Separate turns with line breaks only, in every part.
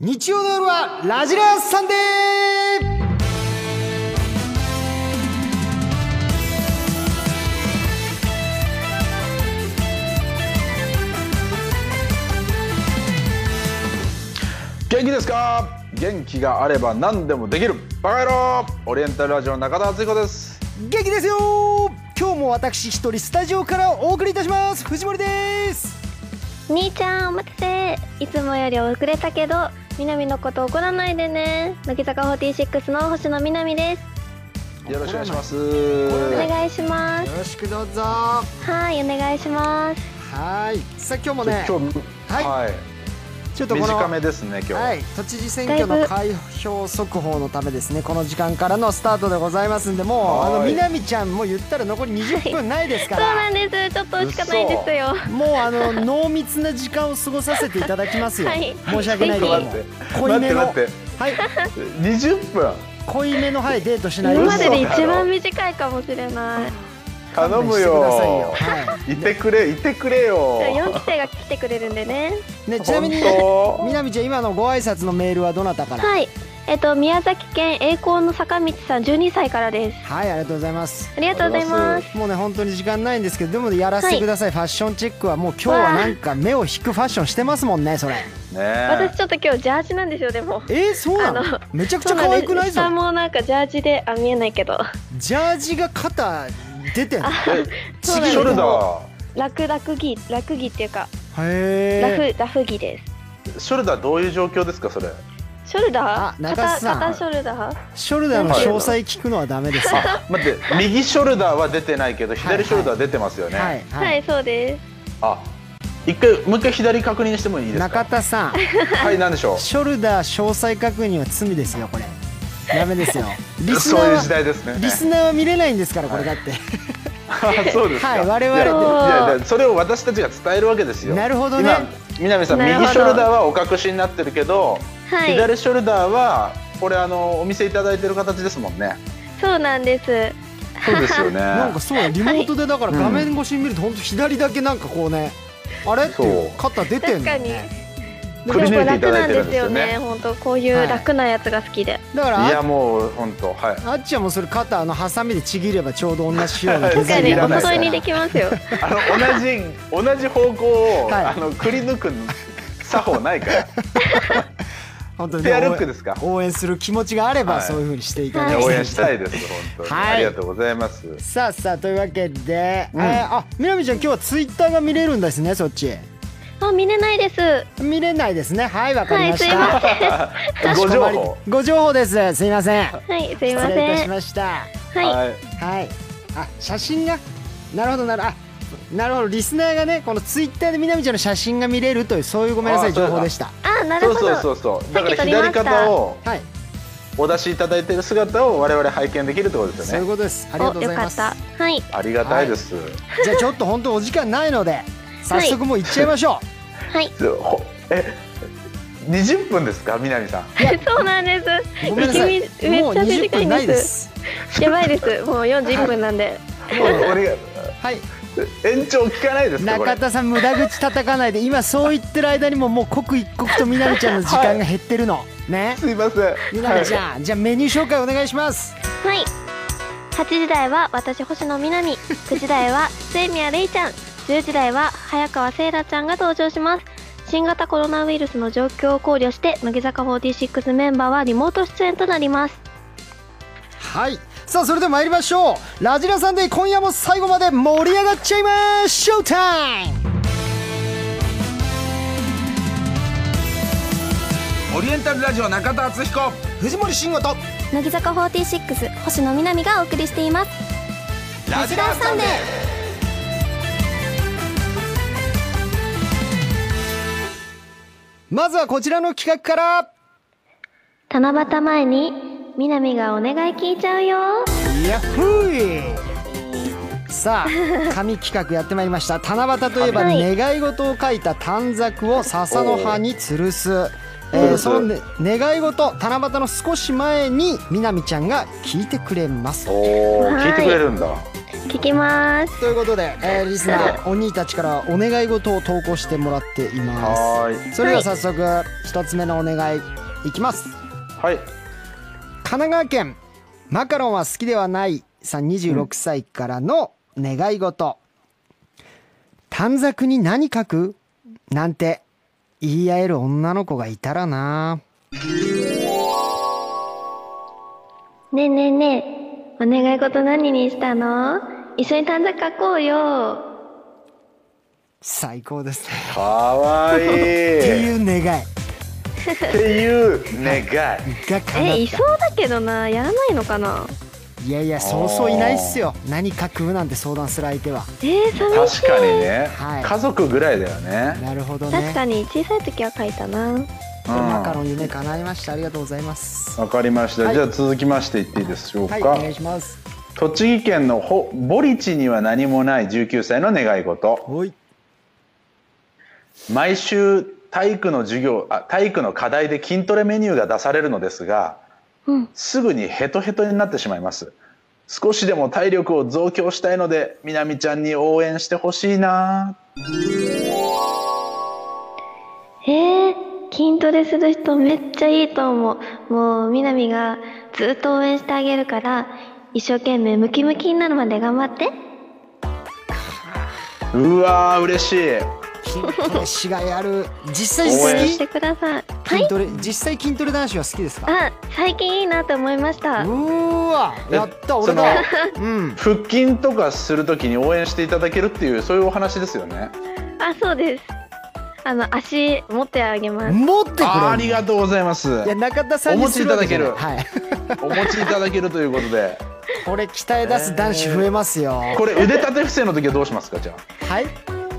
日曜の夜はラジラーサンデー
元気ですか元気があれば何でもできるバカ野郎オリエンタルラジオ中田敦彦です
元気ですよ今日も私一人スタジオからお送りいたします藤森です
兄ちゃんお待たせいつもより遅れたけど南のこと怒らないでね乃木坂46の星野みなみです
よろしくお願いします
お願いします
よろしくどうぞは
はいお願いします
ーいさあ今日もね
今日
はいちょっとこの
短めですね今日、
はい、都知事選挙の開票速報のためですねこの時間からのスタートでございますんでもうあ
はーい
のみなみちゃんも言ったら残り20分ないですか
そう
ら、
なんですちょっと惜しかないですよ
もうあの濃密な時間を過ごさせていただきますよ、
はい
申し訳ないけども
ぜひ
濃いめの
待って
はい
20分
濃いめのはいデートしない
今
ように
までで一番短いかもしれない
頼む
勘弁し
よ
てくださいよはい
てくれいてくれよ
4期生が来てくれるんでね
いねちなみに
本当
みなみちゃん今のご挨拶のメールはどなたから
はいえっと宮崎県栄光の坂道さん12歳からです
はいありがとうございます
ありがとうございます
もうね本当に時間ないんですけどでもやらせてください、ファッションチェックはもう今日はなんか目を引くファッションしてますもんねそれ
ね
私ちょっと今日ジャージなんですよでも
えー、そうなの
あの
めちゃくちゃ
そうなん
可
で
愛
す
くないぞ
下もなんかジャージであ見えないけど
ジャージが肩出てんの
え
そうなんです
ショルダー
楽楽着楽着っていうかラフ、
へえ
ラフ着です
ショルダーどういう状況ですかそれ
ショル
あ
ダー
中須
肩
さん
肩ショルダー
ショルダーの詳細聞くのはダメですよ
あ待って右ショルダーは出てないけど
はい
左ショルダー出てますよね、
はい
はい、
はい、
そうです
あ一回もう一回左確認してもいいです
中
か
田さん
はい何でしょう
ショルダー詳細確認は罪ですよこれダメ ですよリスナ
そういう時
ーは
代ですね。
リスナーは見れないんですからこれだって
あ そうですか。
はい我々
いや
そう
いやいやそれを私たちが伝えるわけですよ。
なるほどね
今南さん
な
右
るほど
ショルダーはお隠しになってるけど、
はい
左ショルダーはこれあのお見せいただいてる形ですもんね。
そうなんです
そうですよ ね。
なんかそうだリモートでだから
はい
画面越しに見ると本当左だけなんかこうねあれっていう
そう
肩出てんの
確かに
ね
くり
で
抜いて
も
い
楽
ただ
ないん
てる
で
ん
す
です
よ
よ
ね
ね。
本当こういう楽なやつが好きで、
だか
いや
ら
もう本当はい。
ああっちゃんもそれ肩あのハサミでちぎればちょうど同じような
はい
デ
確
ザ
か
イン
に
になり
お
ます
揃
か
い
ら
にできま すよ
あの同じ同じ方向を、
はい
あのくり抜く作法ないから。
本 当に
ペアルックですか
応援する気持ちがあれば
はい
そういうふうにしていた だ
いや
き
応
たい
援したいです本当に。
はい
ありがとうございます。
さあさあというわけで、
うん
えーあみなみちゃん今日はツイッターが見れるんですねそっち
あ見れないです
見れないですねはいわかりました、
はい
ご情報。
ご情報ですすいません
はいすいま
失礼いた
せ
し
ん
ました
はい
い。
はいあ写真がなるほどなるあなるほどリスナーがねこのツイッターでみなみちゃんの写真が見れるというそういうごめんなさい
あそう
情
だ
報でした
あなる
そ
ほ
う
ど
そうそうそう。だから
さっき撮りまし
左
た
肩を
はい
お出しいただいてる姿を我々拝見できるってことです
そうい
よ
う
ね。
ことですありがとう
お
ござ
よ
い
か
ま
っ
す
たはい
ありがたいです。
じゃあちょっと本当お時間ない ので早速もう行っちゃいましょ
はい
ほえ、二十分ですか、南さん。
そうなんです
う、ごめんなさい
めっちゃめ
もう
っちゃ
20
短い
分
ん
ない
で
ですす
やばいですもう41分なんで
もう俺
はい
延長聞かないですかこれ
中。田さん無駄口叩かないで今そう言ってる間にももう刻一刻とみなみちゃんの時間が減ってるの、ね
すいません。
みなみち
はい
ゃん、じゃあメニュー紹介お願いします
はい8時台は私星野みなみ9時 台は末宮れいちゃん10時台は早川せいらちゃんが登場します新型コロナウイルスの状況を考慮して乃木坂46メンバーはリモート出演となります
はいさあそれでは参りましょうラジラさんで今夜も最後まで盛り上がっちゃいますショータイム
オリエンタルラジオ中田敦彦。
藤森慎吾と
乃木坂46星野みなみがお送りしています
ラジラサンデー。
まずはこちらの企画から
七夕前にみなみがお願い聞いちゃうよ
ヤッフーさあ神企画やってまいりました七夕といえば
はい
願い事を書いた短冊を笹の葉に吊るす、え
吊
ー
るす
その、ね、願い事七夕の少し前にみなみちゃんが聞いてくれます
おお、聞いてくれるんだ。
聞きます
ということで、えーリスナーお兄たちからお願い事を投稿してもらっていま
はー
すそれでは早速一つ目のお願いいきます
いはい
神奈川県マカロンは好きではないさん26歳からの願い事、短冊に何書くなんて言い合える女の子がいたらな
ねえねえねえお願い事何にしたの一緒に短冊書こうよ
最高ですね
かわいい
って
っ
いう願いが
ていう願い
叶
え
っ
いそうだけどなやらないのかな
たいやいやそうそういないっすよ何書くなんて相談する相手は
えー、寂しい
確かにね、
はい
家族ぐらいだよね、
なるほどね
確かに小さい時は書いたな
うん、
マカロン夢叶いましたありがとうございます
わかりました、
はい
じゃあ続きましていっていいでしょうか、
はいお願いします
栃木県のほボリチには何もない19歳の願い事
おい
毎週体育の授業あ体育の課題で筋トレメニューが出されるのですが
うん
すぐにヘトヘトになってしまいます少しでも体力を増強したいのでみなみちゃんに応援してほしいな
えー、筋トレする人めっちゃいいと思うもうみなみがずっと応援してあげるから一生懸命ムキムキになるまで頑張って
うわー嬉しい
筋トレ師がやる実際
応
好
援
き
してくださいはい
筋トレ実際筋トレ男子は好きですか
あ最近いいなと思いまし
う
た
ーわやった俺だうん
腹筋とかするときに応援していただけるっていうそういうお話ですよね
あそうですあの足持ってあげます
持ってくれ
あーあり
る
がとうございます
いや中田さんにするわじゃない
お持ちいた
はい
お持ちいただけるということで
これ鍛え出す男子増えますよ
これ腕立て伏せの時はどうしますかじゃ
はい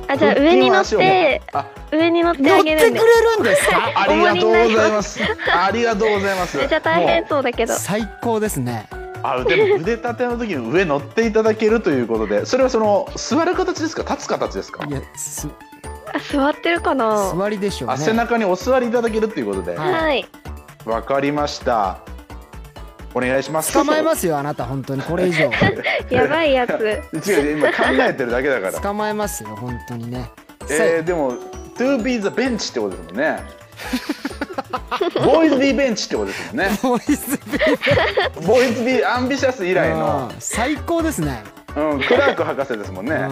あ
あ
じゃあ上に乗って
腹筋は足をね
上に乗って
乗
あ
ってく
げ
れる
るんで
んですか
あありがとうございますありがとうございます
めっちゃ大変
も
そうだけど
最高ですね
うあでも腕立ての時に上乗っていただけるということでそれはその座る形ですか立つ形ですか
いやす
あ座ってるかな
座りでしょう
あ背
ね
中にお座りいただけるということで
は
はい
わかりましたお願いします
捕まえますよあなた本当にこれ以 上
やばいやつ
違う今考えてるだけだから
捕まえますよ本当にね
えー、でも To be the bench ってことですも んねボーイズ・ビー・ベンチってことですもんね
ボイスビー
ボーイズ・ビー・アンビシャス以来の、
うん最高ですね
うん、クラーク博士ですもんね、
う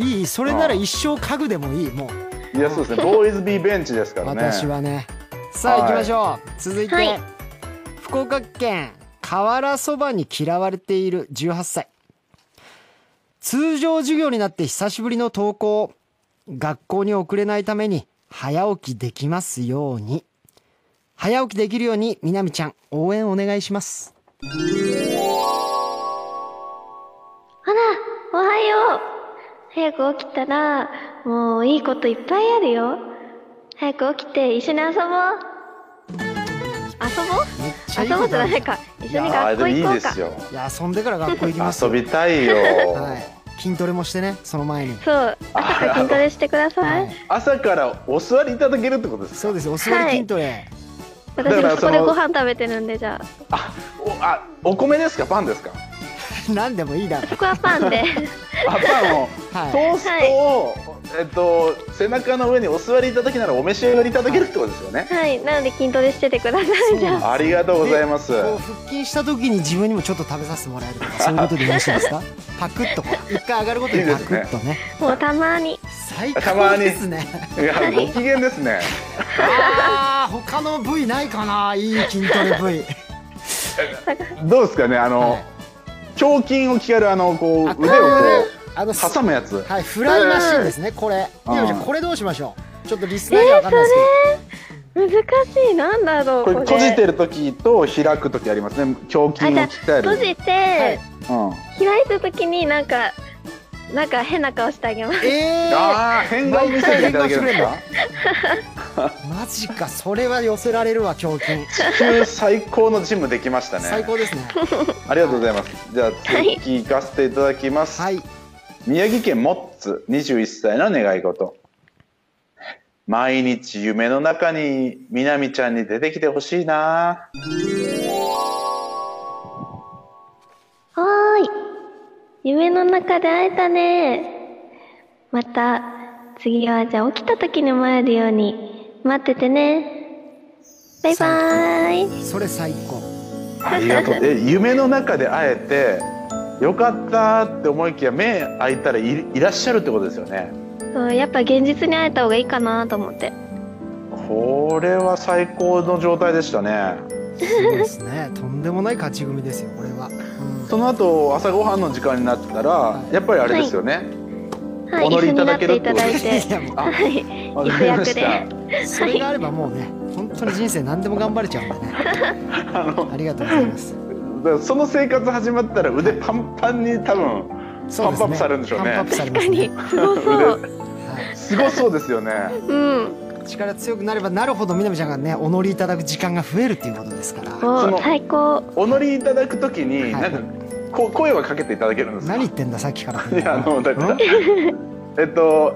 ん、いいそれなら一生家具でもいいもう、
いやそうですねボーイズ・ビー・ベンチですからね
私はねさあ行
はい
きましょう続いて、
はい
福岡県瓦そばに嫌われている18歳通常授業になって久しぶりの登校学校に遅れないために早起きできますように早起きできるようにみなみちゃん応援お願いします
あら、おはよう。早く起きたら、もういいこといっぱいあるよ。早く起きて一緒に遊ぼう。遊ぼう
めっちゃいい
遊
こと
ぼうじゃ
ある
ない
じゃん
か。一緒に
あーで
学校
もい
行
い
こう
で
か。
すよ
いや遊んでから学校行きます
遊
よ
びたいよ、
はい、筋トレもしてねその前に、
そう、朝から筋トレしてくださ。
はい い、
朝からお座りいただけるってことですか
そうですお座り筋トレ、
私
だから
もそこで
その
ご飯食べてるんで、じゃあ。
あおあお米ですかパンですか
何でもいいだろ
そこはパンで。
あパンを、
はい
トーストを、えっと、背中の上にお座りいただきならお召し上がりいただけるってことですよね、
はい、なので筋トレしててください。じゃあ。
ありがとうございます
こう腹筋した時に自分にもちょっと食べさせてもらえると かそういうことでよろしいですかパクッとこう一回上がることにパクッとね
もうたまに。
最
たま
高
に
ですね
いやご機嫌ですね
あー他の部位ないかないい筋トレ部 位
どうですかねあの、
はい
胸筋を鍛えるあのこう
あこ
腕
れ
をこ
あの
う挟むやつ
はいフライマシンですねこれ
うん
みなみちゃんこれどうしましょうちょっとリスナーには分かんないです
難しい、なんだろう。
これ閉じてる時と開く時ありますね胸筋を
あ、じゃあ、
鍛える
閉じ
は
て
い、
うん、
開いた時になんか、なんか変な顔してあげます。
けどえ
ああ変顔見せていただけるんですか
ー、マジかそれは寄せられるわ胸筋
地球最高のジムできましたね
最高ですね
ありがとうございますじゃあ続き行かせていただきます、
はい
宮城県モッツ21歳の願い事毎日夢の中にみなみちゃんに出てきてほしいな
おーい夢の中で会えたね。また、次はじゃあ起きた時にも会えるように、待っててね。バイバーイ。
それ最高
ありがとう。え、夢の中で会えて、よかったって思いきや、目開いたらいいらっしゃるってことですよね。
そう、やっぱ現実に会えた方がいいかなと思って。
これは最高の状態でしたね。
すごいですねとんでもない勝ち組ですよこれは、 うん
その後、朝ごはんの時間になったら、やっぱりあれですよね。
はい、
お乗
一
り
緒
い
に
た
なっ
だけるっ
てい
て
た
こと
だい
で
て。
いやもう
あ
はい。
わかりまし
一緒
た
役。
それがあればもうね本当に人生何でも頑張れちゃうんでね
あの
ありがとうございます
だからその生活始まったら腕パンパンに多分
そうです
パンプアップされるんでしょうね
パンプアップされま
確か
すね
に、すごそう。
は
すごそうですよね。
うん。
い、力強くなればなるほど南ちゃんがねお乗りいただく時間が増えるっていうことですから
そ
お
の
最高。
お乗りいただくときに、
はい
なんかこう声はかけていただけるんですか。
何言ってんださっきから
いやあのだから
ん
えっと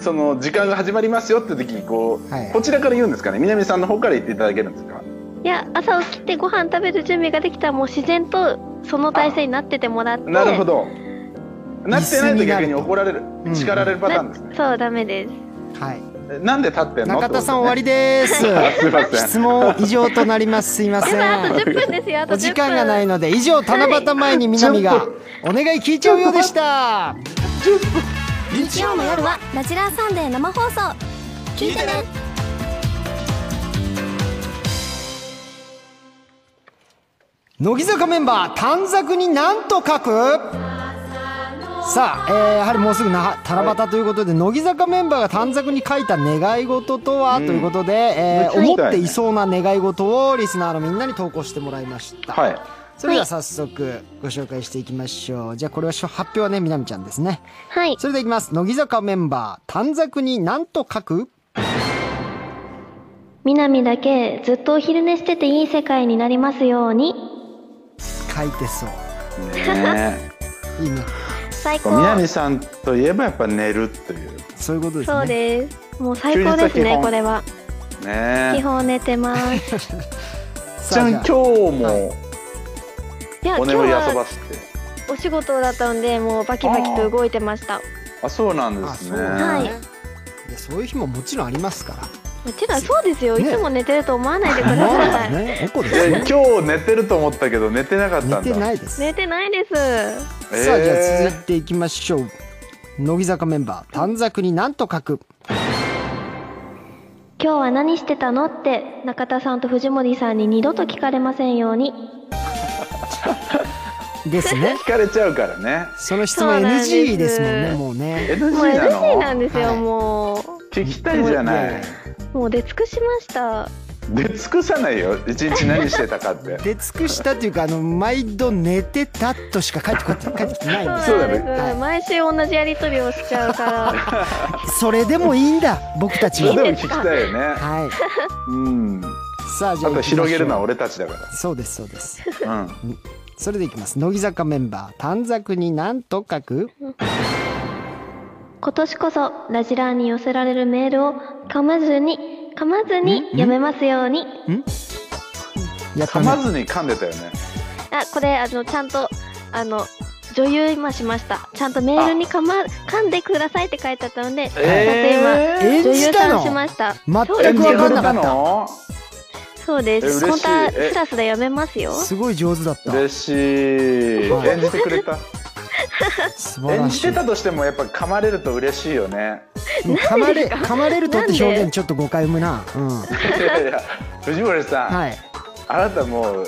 その時間が始まりますよって時にこう、
はい
こちらから言うんですかね南さんの方から言っていただけるんですか
いや、朝起きてご飯食べる準備ができたら、もう自然とその体勢になっててもらって。
なるほどなってないと逆
椅子になる
に
と
怒られる
うん
叱られるパターン
な
ですね、
そう、ダメです。
はい
えなんで立ってんの
中田さん終わ
って
りで
こと ですすねあすいませ
質
ん
問以上となりますすいませ
やばい、あと
ん
10分ですよ。あと
お
10分。
時間がないので以上七夕前に南がお願い聞いちゃうようでした
日曜の夜はラジラーサンデー生放送聞いてね
乃木坂メンバー短冊になんと書くさあ、えーやはりもうすぐな七夕ということで、乃木坂メンバーが短冊に書いた願い事とは、ということで、えー
めっちゃ
思
いいね
っていそうな願い事をリスナーのみんなに投稿してもらいました、
はい
それでは早速ご紹介していきましょうじゃあこれはしょ発表はねみなみちゃんですね
はい。
それではいきます乃木坂メンバー短冊になんと書く
南だけずっとお昼寝してていい世界になりますように。
書いてそう
ね
いいね
最
え
高。
南さんといえばやっぱ寝るっていう
そういうことですね
そうです。もう最高です
休日は基
ね、
本
これは。基
ねえ
本寝て ます。
ちゃ
さあ
ん
じ
今
ゃ
日も
い
お
や、今日
眠り遊ば
は
せて
お仕事だったんで、もうバキバキと動いてました。
あそうなん
あ
で
あ
す
そ
ね
うなんだ
は
ね
い
いやそういう日ももちろんありますから
もちろんそうですよ。い
ね
つも寝てると思わないでください。
ね、どこで
え
すね。
今日寝てると思ったけど寝てなかったんだ
寝てないです。
寝てないです。
えー
さあ、じゃあ続いていきましょう。乃木坂メンバー、短冊になんと書く。
今日は何してたのって、中田さんと藤森さんに二度と聞かれませんように。
ですね。
聞かれちゃうからね
その質
そう
問
なんです
NG ですもんね、もうね。
NG
もう
な
NG
の
なんです
は
よ、
い
もう。
聞きたいじゃない
もう出尽くしました。
出尽くさないよ一日何してたかって
出尽くしたというか、あの、毎度寝てたとしか書いてこない、書いてきてないんです
そう
よ。
だね
なんです
はい
毎週同じやりとりをしちゃ うから。
それでもいいんだ、僕たち
でも
は。
聞きたいよね
はい。
うん
さあ、
あ
じゃあ。
と広げるのは
は。
俺たちだか
そうです、そうです。
らうん
それでいきます。乃木坂メンバー、短冊になんと書く。
今年こそラジラーに寄せられるメールを噛まずに、噛まずに読めますように。
やった
噛
ね
まずに噛んでたよね
あ、これ、あの、ちゃんと、あの、女優今しました。ちゃんとメールに噛ま、噛んでくださいって書いてあったので、ちゃんと
え
演
今、女
じ
優
た
さん
の
しました。
全
そう
ー
で
演
く
じ
す
わ
ら
か
よ
ん
れ
なか
た
った
の
そうで
え嬉し
す。
い
コンタ
え
クラスで読めますよ。
すごい上手だった。
嬉しい
はい
演じてくれた
素晴
演
ら
じ
しい
て。たとしてもやっぱ噛まれると嬉しいよね
噛まれ噛まれるとって表現ちょっと誤解生むな。うん。
いやいや藤森さん、
はい。
あなたもう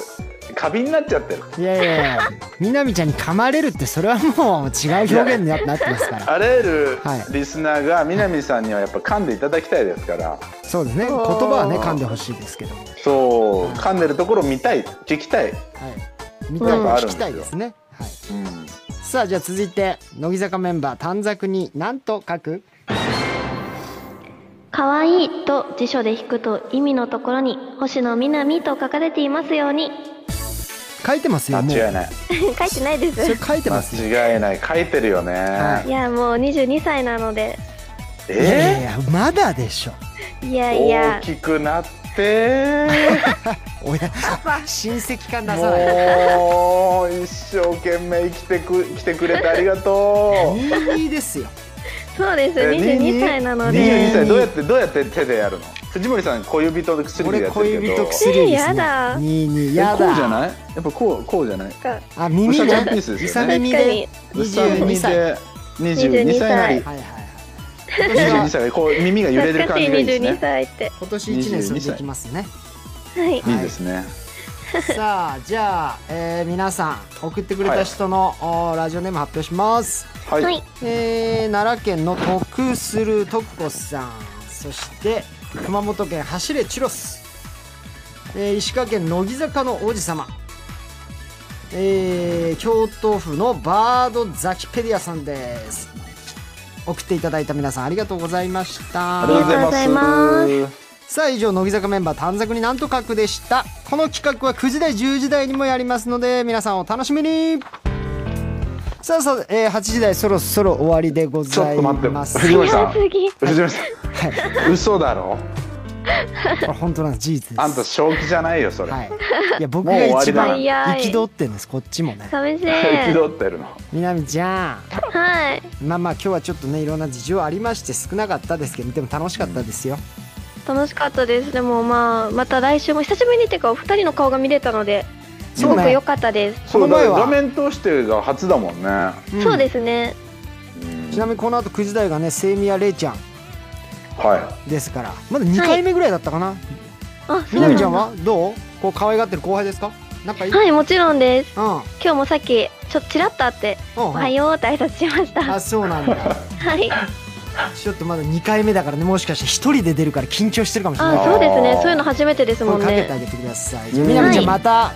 過敏になっちゃってる
いやいやいや。みなみちゃんに噛まれるってそれはもう違う表現にななってますから。
あらゆる
はい
リスナーが南さんにはやっぱ噛んでいただきたいですから
そうですね。言
お
葉
ー
はね噛んでほしいですけど。は
そう噛んでるところ見たい聞きたい、
い。みんな
うん
も聞きたいですね。はい。
うん、
さあじゃあ続いて乃木坂メンバー短冊に何と書く？
かわいいと辞書で引くと意味のところに、星野みなみと書かれていますように。
書いてますよ。もう。
間違いない
書いてないで
それ
す。
書いてますよ。
間違いない書いてるよね、
はい
いや、もう22歳なので。
いやい
え
やいやまだでしょ。
いやい
大
や。
きくなって て
親親戚感出さない
もう一生懸命生きてく来てくれてありがとう
22ですよ
そうです22歳なの
ね
で
22歳どうやってどうやって手でやるの藤森さん小指と薬指で
俺
やって
小
るけど
指と薬指です
えーや
ね
だ
22
え
や
こうじゃ
だ
ないやっぱこうこうじゃない
なんか
あ耳
ウサ
ね
ちゃんピースですよね
うさ耳で
うさ耳
22歳はい
で22歳なり
はいはい
22歳こう耳が揺れてる
懐か
感
しい
じがいいです
22
ね
歳って
今年1年それできますね
は
22
い
歳
いいですね
さあじゃあ、えー皆さん送ってくれた人の、おーラジオネーム発表します、
はい、
はい
えー奈良県の徳鶴徳子さんそして熊本県走れチュロス、えー石川県乃木坂の王子様えー京都府のバードザキペディアさんです送っていただいた皆さんありがとうございました
ありがとうござい
ありがとうござい
ます
さあ以上乃木坂メンバー短冊になんと書くでしたこの企画は9時台10時台にもやりますので皆さんお楽しみにさあさあ、えー8時台そろそろ終わりでご
ちょ
ざ
っ
い
と待って
ます
藤森さん
早すぎ
藤森さん嘘だろ
これ本当なんです事実です
あんた正気じゃないよそれ
はい、いや僕が一
もう
番
終わりだ
憤ってんですこっちもね
寂しい
憤ってるの
みなみちゃ
はい
んまあまあ今日はちょっとねいろんな事情ありまして少なかったですけどでも楽しかったですよ、
楽しかったですでもまあまた来週も久しぶりにっていうかお二人の顔が見れたのです
そう
ご
ね
く良かったです
この
そうだ
前は
画面通してが初だもんね
うん
そうですね
ちなみにこの後9時台がねセイミヤレイちゃん
は
ですからまだ2回目ぐらいだったかな、
あそ
みな
うなん
みちゃ
だ
んはどうこう可愛がってる後輩ですか仲いい、
はいもちろんです
うんうん
今日もさっきちょっとちらっと会って「おはよう」って挨拶しました
あそうなんだ
はい
ちょっとまだ2回目だからねもしかして1人で出るから緊張してるかもしれない
あ
ー
そうですねそういうの初めてですも
声
ん
かけてあ
ね
げてください、
うん
みなみちゃん
は
また、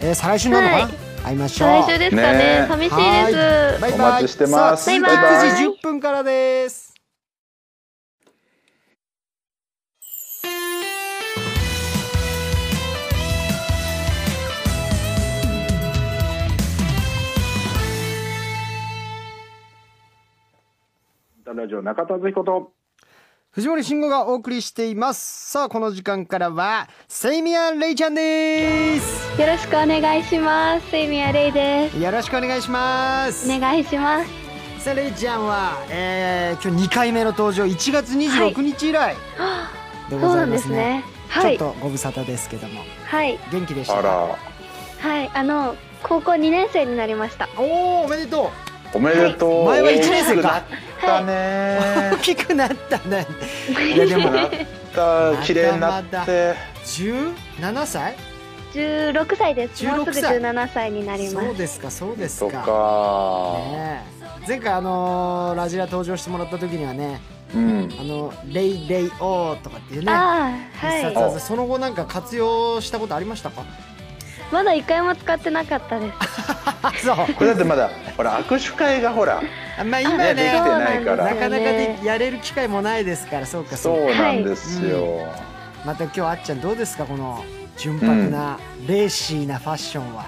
えー再来週になるのかな、
はい
会いましょう
最終ですかね
ね
寂しい
は
です
バイバイ
お待ちしてます
さあ次
バイバイ
9時10分からです
いラジオ中田敦彦と
藤森慎吾がお送りしていますさあこの時間からはセイミヤレイちゃんです
よろしくお願いしますセイミアレイです
よろしくお願いします
お願いします
さあレイちゃんは、えー、今日2回目の登場1月26日以来で
そう
ござ
ないん
ま
ですす
ね
ねはい
ちょっとご無沙汰ですけども
はい
元気でした
あ
から
はいあの高校2年生になりました
おおおめで と
おめでとう
前は一年生か
大きくなった
う
ね
大きくなったねいやでも
なった綺麗になって
17歳
16歳ですも
16
うすぐ
歳
17歳になりま
そう
す
ですかそうです
そっ
か
か
ねえ前回あのーラジラ登場してもらった時にはね
うん
「あのレイレイオー」とかっていうね
ああ
必殺
は
技その後なんか活用したことありましたか
いまだ一回も使ってなかったです
あそう
これだってまだほら握手会がほら
あまあ今ね
ねできてないから
なかなかで
ね
やれる機会もないですからそうかそうか
そうなんですよ
また今日あっちゃんどうですかこの純白なレーシーなファッションは、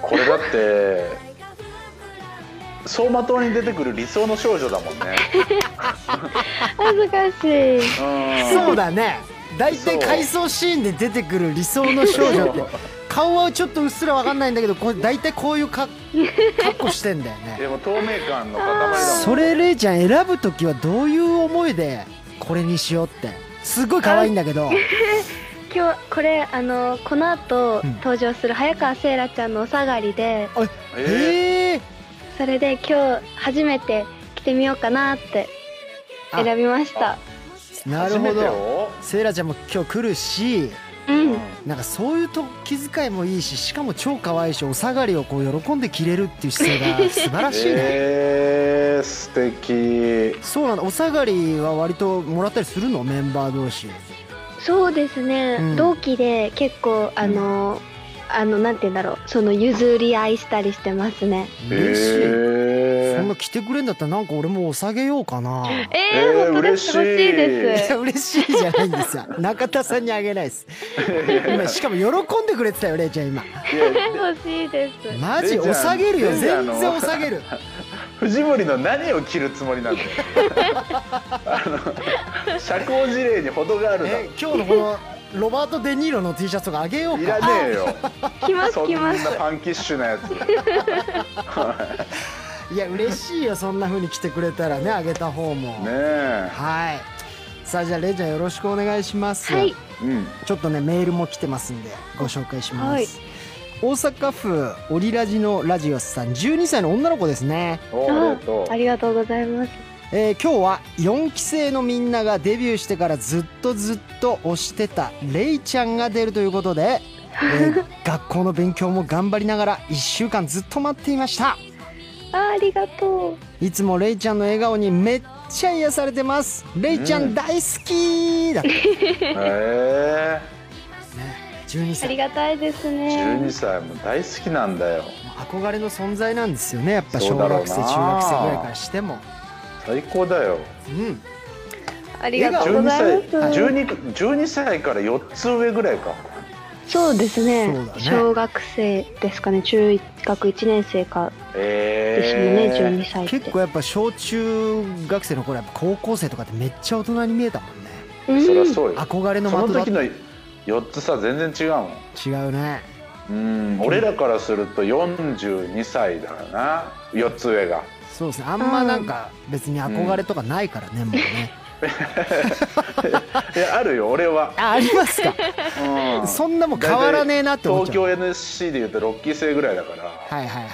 これだって走馬灯に出てくる理想の少女だもん ね
恥ずかしい
うん
そうだね大体回想シーンで出てくる理想の少女って顔はちょっとうっすらわかんないんだけどこう大体こういうか格好してんだよね
でも透明感の塊だもん
それレイちゃん選ぶ時はどういう思いでこれにしようってすごい可愛いんだけど
今日これあのこの後
うん
登場する早川せいらちゃんのお下がり
え
で
えー、
それで今日初めて着てみようかなって
あ
選びました
ー
なるほ
初めて
ど
よ
セイラちゃんも今日来るし
うん
なんかそういうと気遣いもいいししかも超可愛いしお下がりをこう喜んで着れるっていう姿勢が素晴らし いね、
えー、素敵
そうなんだお下がりは割ともらったりするのメンバー同士
そうですね、
うん
同期で結構あの、あのなんて言うんだろうその譲り合いしたりしてますね
嬉しい、
え
そんな着てくれんだったらなんか俺もお下げようかな
え
えー
ー、本当ですか欲
嬉
し
しい
いで
い
す
や 嬉しいじゃないんですよ中田さんにあげない です今しかも喜んでくれてたよレイちゃん今
欲しいです
マジ
レイちゃん
お下げるよ
レ
全
イちゃんあの
然お下 げる
藤森の何を着るつもりなんだよあの社交辞令に程があるな
え今日のこのロバート・デ・ニーロの T シャツとかあげよう
いら
か
ねえよ
来ます
そん
来ま
な
す
パンキッシュなやつ
いや嬉しいよそんな風に来てくれたらねあげた方も
ねえ
はいさあじゃあレイちゃんよろしくお願いします
はい
うん
ちょっとねメールも来てますんでご紹介します、
はい
大阪府オリラジのラジオスさん12歳の女の子ですね、
おめでと
ありがとうございます
えー今日は4期生のみんながデビューしてからずっとずっと推してたレイちゃんが出るということで、え ー学校の勉強も頑張りながら1週間ずっと待っていました
あーありがとう
いつもレイちゃんの笑顔にめっちゃ癒されてますレイちゃん大好きだって
うへえ
12
あり
歳
がたいですね
12歳も大好きなんだよ
憧れの存在なんですよねやっぱ
そ
小
うだろうな
学生中学生ぐらいからしても
最高だよ
うん
ありがとうご
12
ざい
歳
ます
12, 12歳から4つ上ぐらいか
そうですね
そうだね
小学生ですかね中学1年生かです
え
よね12
え
歳って
結構やっぱ小中学生の頃やっぱ高校生とかってめっちゃ大人に見えたもんね
うん
そりゃそうよ
憧れの
その
的だっ
時の4つさ全然違うもん
違うね
うん俺らからすると42歳だからな4つ上が
そうですねあんまなんか別に憧れとかないからね、もうね
いやあるよ俺は、
ああります か
うん
そんなもん変わらねえなって思っ
東
ちゃう
京 NSC でいうと6期生ぐらいだから、
はいはいはい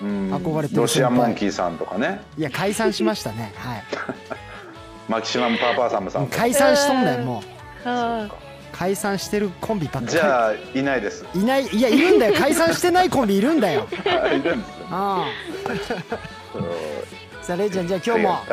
うん
憧れてる先輩
ロシアモンキーさんとかね
いや解散しましたねはい
マキシマムパーパーサムさんとか
解散しとんだよもう
あ
解散してるコンビばっかり
じゃあいないです
いないいやいるんだ よ解散してないコンビいるんだよ
あいるんですよ
ああさあれいちゃんじゃあ今日も
は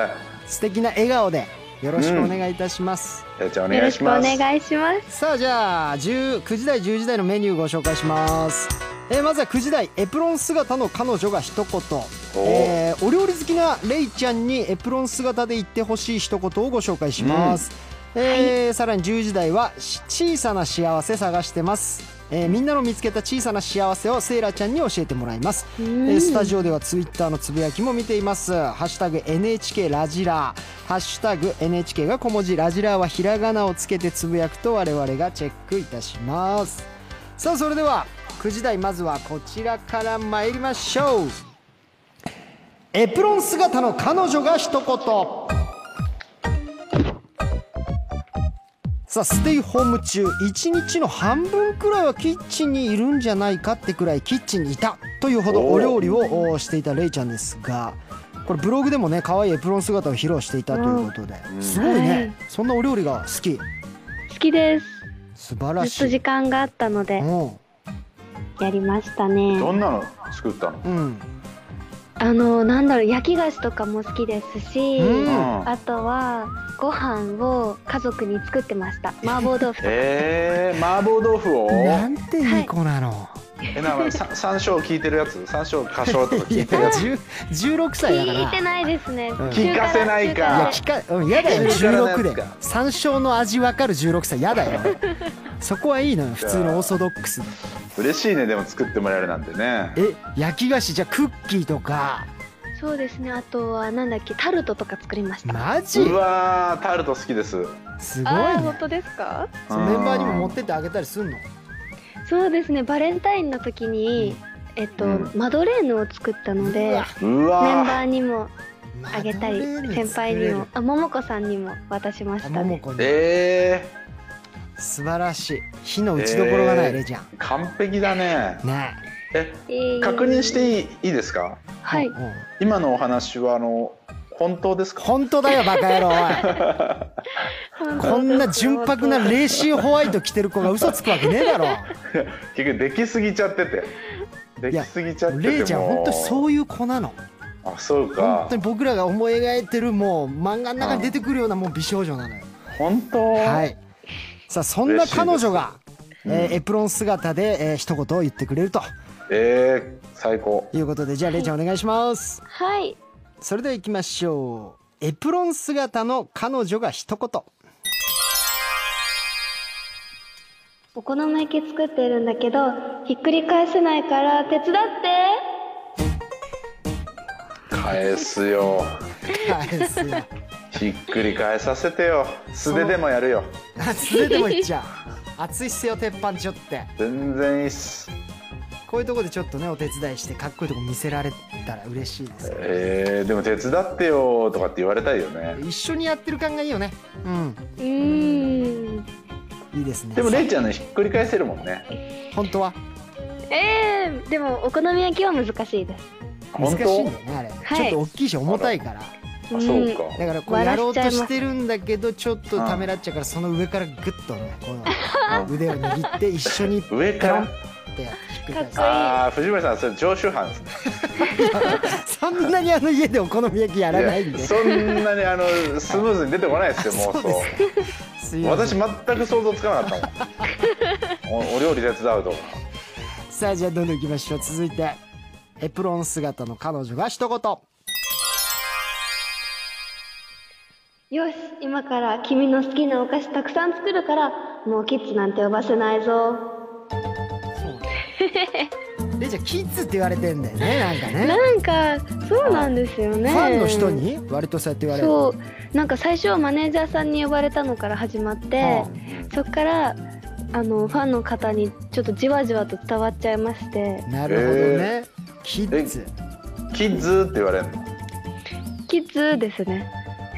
素敵な笑顔でよろしくお願いいたします、
いじゃあお
ー
願
よろ
い
し
し
くお
ます
願いします
さあじゃあ10 9時台10時台のメニューご紹介します、えーまずは9時台エプロン姿の彼女が一言
お
お,、えーお料理好きなレイちゃんにエプロン姿で言ってほしい一言をご紹介します、えーさらに10時台はし小さな幸せ探してます、えーみんなの見つけた小さな幸せをセイラちゃんに教えてもらいます、えースタジオではツイッターのつぶやきも見ています「ハッシュタグ #NHK ラジラー」「ハッシュタグ #NHK が小文字ラジラー」はひらがなをつけてつぶやくと我々がチェックいたしますさあそれでは9時台まずはこちらから参りましょうエプロン姿の彼女が一言さあステイホーム中一日の半分くらいはキッチンにいるんじゃないかってくらいキッチンにいたというほどお料理をおしていたレイちゃんですがこれブログでもね可愛いエプロン姿を披露していたということで、すごいね、
はい
そんなお料理が好き
好きです
素晴らしい
ずっと時間があったので
うん
やりましたね
どんなの作ったの、
うん
あのなんだろう焼き菓子とかも好きですし、
うん
うん
あとはご飯を家族に作ってました麻婆 豆腐とか
えー、麻婆豆腐を
なんていい子なの、
えなんかさ山椒効いてるやつ山椒花椒とか効
いや
いてる やつ
10 16歳だから
聞いてないですね、
聞かせない
いや
か
聞か、うん、やだよ
中華のやつ
16で
か
山椒の味わかる16歳やだよそこはいいのよ普通のオーソドックスで
嬉しいねでも作ってもらえるなんてね
え焼き菓子じゃあクッキーとか
そうですねあとはなんだっけタルトとか作りました、
マジ
うわータルト好きですメ
すごいね
ですか
そのメンバーにも持ってってあげたりすんの
そうですねバレンタインの時にえっと、
うん
マドレーヌを作ったので
うわ
メン
う
バ
わ
ーにもあげた
マ
り
ドレーヌ
先輩にも
作
あ桃子さんにも渡しまし
れるあ
た
桃
ね
子
ー
に
え
素晴らしい火の打ちどころがな
え
い
ー
レイちゃん
ー、完璧だね
ね
え
えー
確認していいいいですか
はい
うん
今のお話はあの本当ですか
本当だよバカ野郎おいこんな純白なレーシーホワイト着てる子が嘘つくわけねえだろ
結局できすぎちゃっててできすぎちゃってても
レイちゃん本当にそういう子なの
あそう
本
か
当に僕らが思い描いてるもう漫画の中に出てくるようなもう美少女なのよ
本当
はいさあそんな彼女が、
嬉しいです
えーエプロン姿で、えー一言を言ってくれると
えー、最高
いうことでじゃあレイちゃんお願いします
はい
それでは行きましょうエプロン姿の彼女が一言
お好み焼き作ってるんだけどひっくり返せないから手伝って
返すよ
返す よ
ひっくり返させてよ素手でもやるよ
あ素手でもいっちゃう熱いっすよ鉄板ちょって
全然いいっす
こういうとこでちょっとねお手伝いしてかっこいいとこ見せられたら嬉しいですよ
えー、でも手伝ってよとかって言われたいよね
一緒にやってる感がいいよねう
うーん
んいいですね
でも
さ
レイちゃんのひっくり返せるもんね
本当は
えー、でもお好み焼きは難しいです
難
本
し
当
いんだよねあれ、
はい
ちょっと大きいし重たいから
あそう
うん
か
だからこう
笑っちゃ
や
い
ろう
ます
としてるんだけどちょっとためらっちゃうからその上からグッとねこの腕を握って一緒に
上から
ってやってひっくり返す
かっ
ああ藤森さんそれ常習犯ですね
そんなにあの家でお好み焼きやらないん
い
で
やそんなにあのスムーズに出てこないですよ妄
そうです
想
すいません
私全く想像つかなかったもんおお料理手伝うとか
さあじゃあどんどん行きましょう続いてエプロン姿の彼女が一言
よし今から君の好きなお菓子たくさん作るからもうキッズなんて呼ばせないぞ
レイちゃんキッズって言われてんだよねなんかね
なんかそうなんですよ
フ
ね
ァンの人に割とそうやって言われる
そうなんか最初はマネージャーさんに呼ばれたのから始まって、そっからあのファンの方にちょっとじわじわと伝わっちゃいまして
なるほどね、キッズ
キッズって言われるの
キッズですね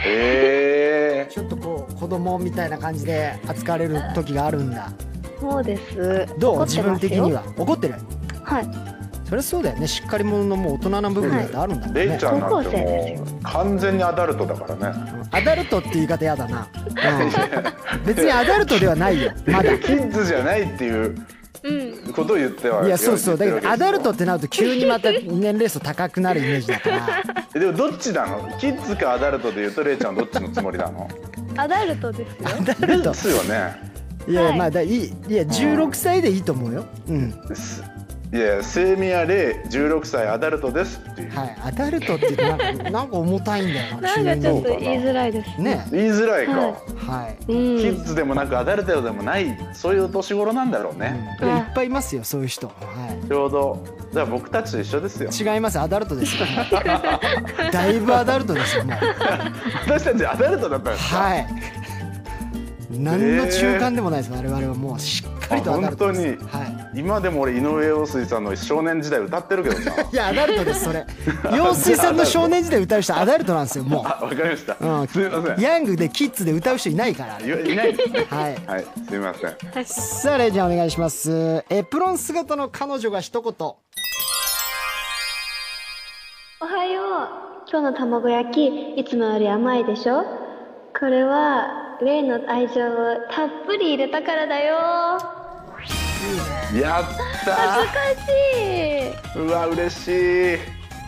え
ちょっとこう子供みたいな感じで扱われる時があるんだ
そうです
どう
怒っ
自
て
分
ます
的
よ
には怒ってる
はい
そりゃそうだよねしっかり者のもう大人な部分だってあるんだも
ー、
んね、
レイちゃんな
高
ん
校生
て
で
もう完全にアダルトだからね
アダルトって言い方やだな、うん、別にアダルトではないよまだ
キッズじゃないっていう
うん
ことを言ってはい
やそうそうだけどアダルト
っ
ってなると急にまた年齢層高くなるイメージだから
てでもどっちなのキッズかアダルトで言うとレイちゃんどっちのつもりな の
アダルトですよ
アダ
レイ
ルト
ツよね
いや
はい
まあだいいいや16歳でいいと思うようん
すいやセイミヤレイ16歳アダルトですっていう、
はいアダルトって言うとなんかなんか重たいんだよな
な
急
んかちょっ
に
と言いづらいです
ね
言いづらいか、
は
はい、
う
キ
ん
ッズでもなくアダルトでもないそういうお年頃なんだろうね、
うんいやいっぱいいますよそういう人はい
ちょうどじゃあ僕たちと一緒ですよ
違いますアダルトですよだいぶアダルトですよもう
私たちアダルトだったんですか、
はい何の中間でもないです我々はもうしっかりとアダルトです
あ本当に
は、
今でも俺井上陽水さんの少年時代歌ってるけどない
いやアダルトですそれ陽水さんの少年時代歌う人アダルトなんですよも
あわかりました、
う、うん、
すみません
ヤングでキッズで歌う人いないからあれ
いいないですね
はい
はいすみません
さあレイちゃんお願いしますエプロン姿の彼女が一言
おはよう今日の卵焼きいつもより甘いでしょこれはレイの愛情をたっぷり入れたからだよ
やった
難しい
ーうわ嬉しい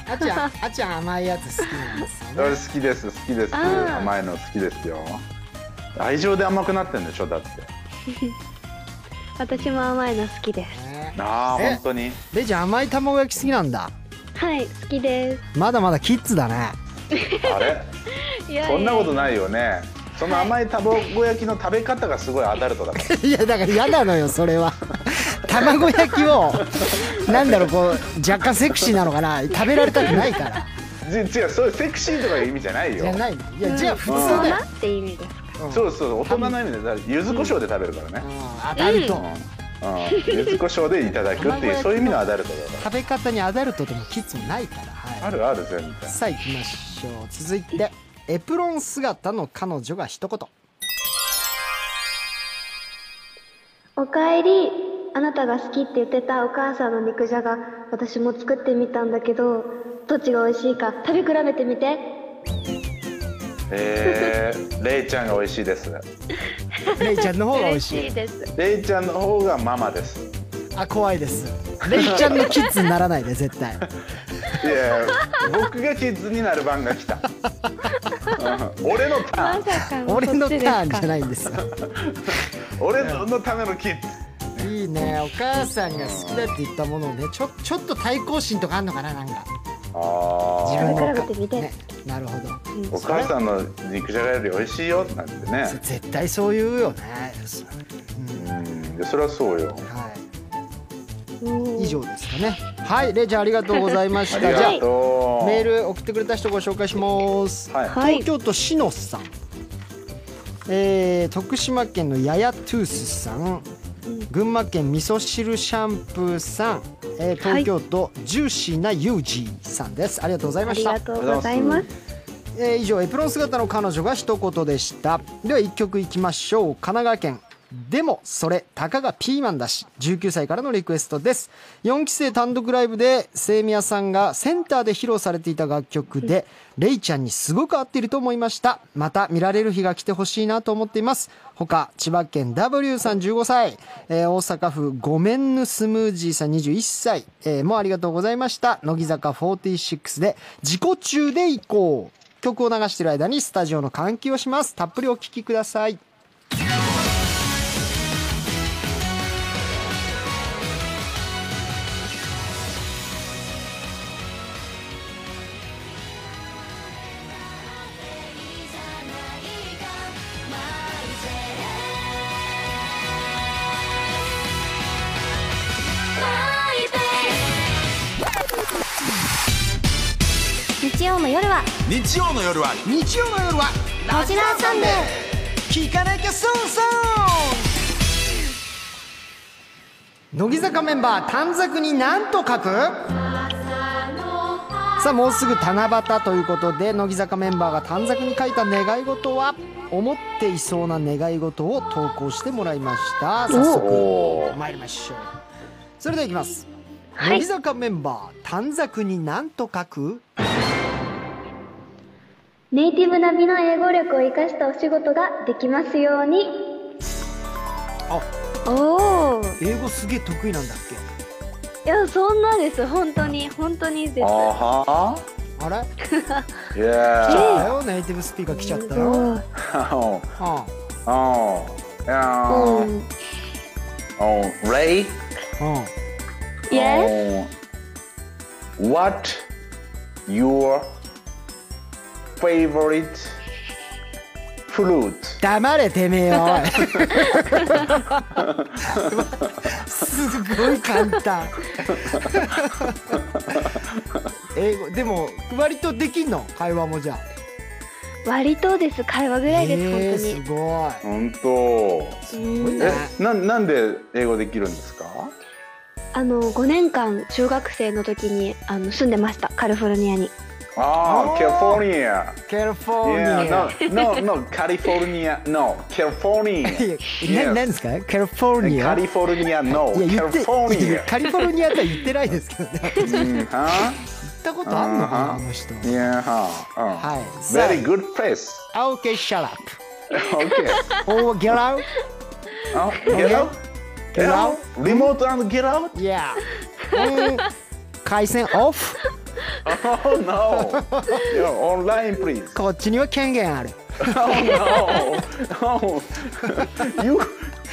あちゃんあちゃん甘いやつ好きなんですよ
俺好きです好きです
あー
甘いの好きですよ愛情で甘くなってんでしょだって
私も甘いの好きで す
ね
ああ
え
本当に
レイちゃん甘い卵焼き好きなんだ
はい好きで
まだまだキッズだね
あれ
すいや
そんなこと
い
ないよねその甘い卵焼きの食べ方がすごいアダルトだか ら
いやだから嫌なのよそれは 卵焼きをなんだろうこう若干セクシーなのかな食べられたくないから
じ 違うそういうセクシーとかいう意味じゃないよ
じゃないのいやじゃあ普通
大
だよ、
人って意味です
うん
そうそう大人の意味でだ柚子胡椒で食べるから
う
ね、
んアダルト、
うん、柚子胡椒でいただくっていうそういう意味のアダルトだか
食べ方にアダルトでもキッズもないから、
ら
は
あるある全然
い、さあ行きましょう続いてエプロン姿の彼女が 一言
おかえりあなたが好きって言ってたお母さんの肉じゃが私も作ってみたんだけどどっちが美味しいか食べ比べてみて
えー、レイちゃんが美味しいです
レイちゃんの方が美味しい
です
レイちゃんの方がママです
あ怖いですレイちゃんのキッズにならないで絶 対
いやいや僕がキッズになる番が来た、うん俺のターン
さか
俺のターンじゃ
い
ないんですよ
俺のためのキッズ
いいねお母さんが好きだって言ったものをねちょちょっと対抗心とかあんのかななんか自
あ
分
あ
の
比べてみて
ね、なるほど
お母さんの肉じゃがより美味しいよなんてね
そ絶対そう言うよね、そ
うんそりゃそうよ
は
うん
い、以上ですかねはいレイちゃんありがとうございまし
あ
た
り
じゃ
がと
あ
う
メール送ってくれた人ご紹介します、
はい、
はい
東京都しのさん、えー徳島県のややトゥースさん群馬県味噌汁シャンプーさん、えー東京都ジューシーなユージーさんですありがとうござい
あ
まし
り
た
がとうございます。
えー以上エプロン姿の彼女が一言でしたでは一曲いきましょう神奈川県でもそれたかがピーマンだし19歳からのリクエストです4期生単独ライブで清宮さんがセンターで披露されていた楽曲でレイちゃんにすごく合っていると思いましたまた見られる日が来てほしいなと思っています他千葉県 W さん15歳、えー大阪府ごめんぬスムージーさん21歳、えーもうありがとうございました乃木坂46で自己中で行こう曲を流している間にスタジオの換気をしますたっぷりお聴きください
日曜の夜は
日曜の夜は
日曜の夜は
「ラジラーサンデー」
聞かなきゃ損損乃木坂メンバー短冊に何と書くさあもうすぐ七夕ということで乃木坂メンバーが短冊に書いた願い事は思っていそうな願い事を投稿してもらいました早速
おー
参りましょうそれではいきます、
はい
乃木坂メンバー短冊に何と書く
ネイティブ並みの英語力を生かしたお仕事ができますように。
あ
おお。
英語すげえ得意なんだっけ
いやそんなです本当に本当にです。
あは
あれ
いや
だよネイティブスピーカー来ちゃったよ、うん、
ーおーやー
うん。
おーレイ
う
Yes.
Oh. What your favorite fruit?
黙れてめえよおいすごい簡単英語でも割とできんの会話もじゃあ
割とです会話ぐらいです、
えー
本
すごい
本当。
当に。うん
ね
え、ななんで英語できるんですか？
あの5年間中学生の時にあの住んでましたカリフォルニアに。
あ
あー
あ、カリフォルニア。
カリフォル
Ah, Yeah,
ニア
no, no, no, California, no, California.
いやな
Yes.
何ですかカリフォルニア
California, no,
いや言ってい
California.
やカリフォルニアとは言ってないですけどね行
うんは
ったことあんのかな
あー
あの人
Yeah,
はい
huh. うん
さあ
Very good place.
あ OK shut up
Okay.
Oh get out
Oh, Get out.
Get out
Remote and get out.
Yeah うん回線オフ
Oh no! You're online, please.
こっちには権限ある
Oh no! No! You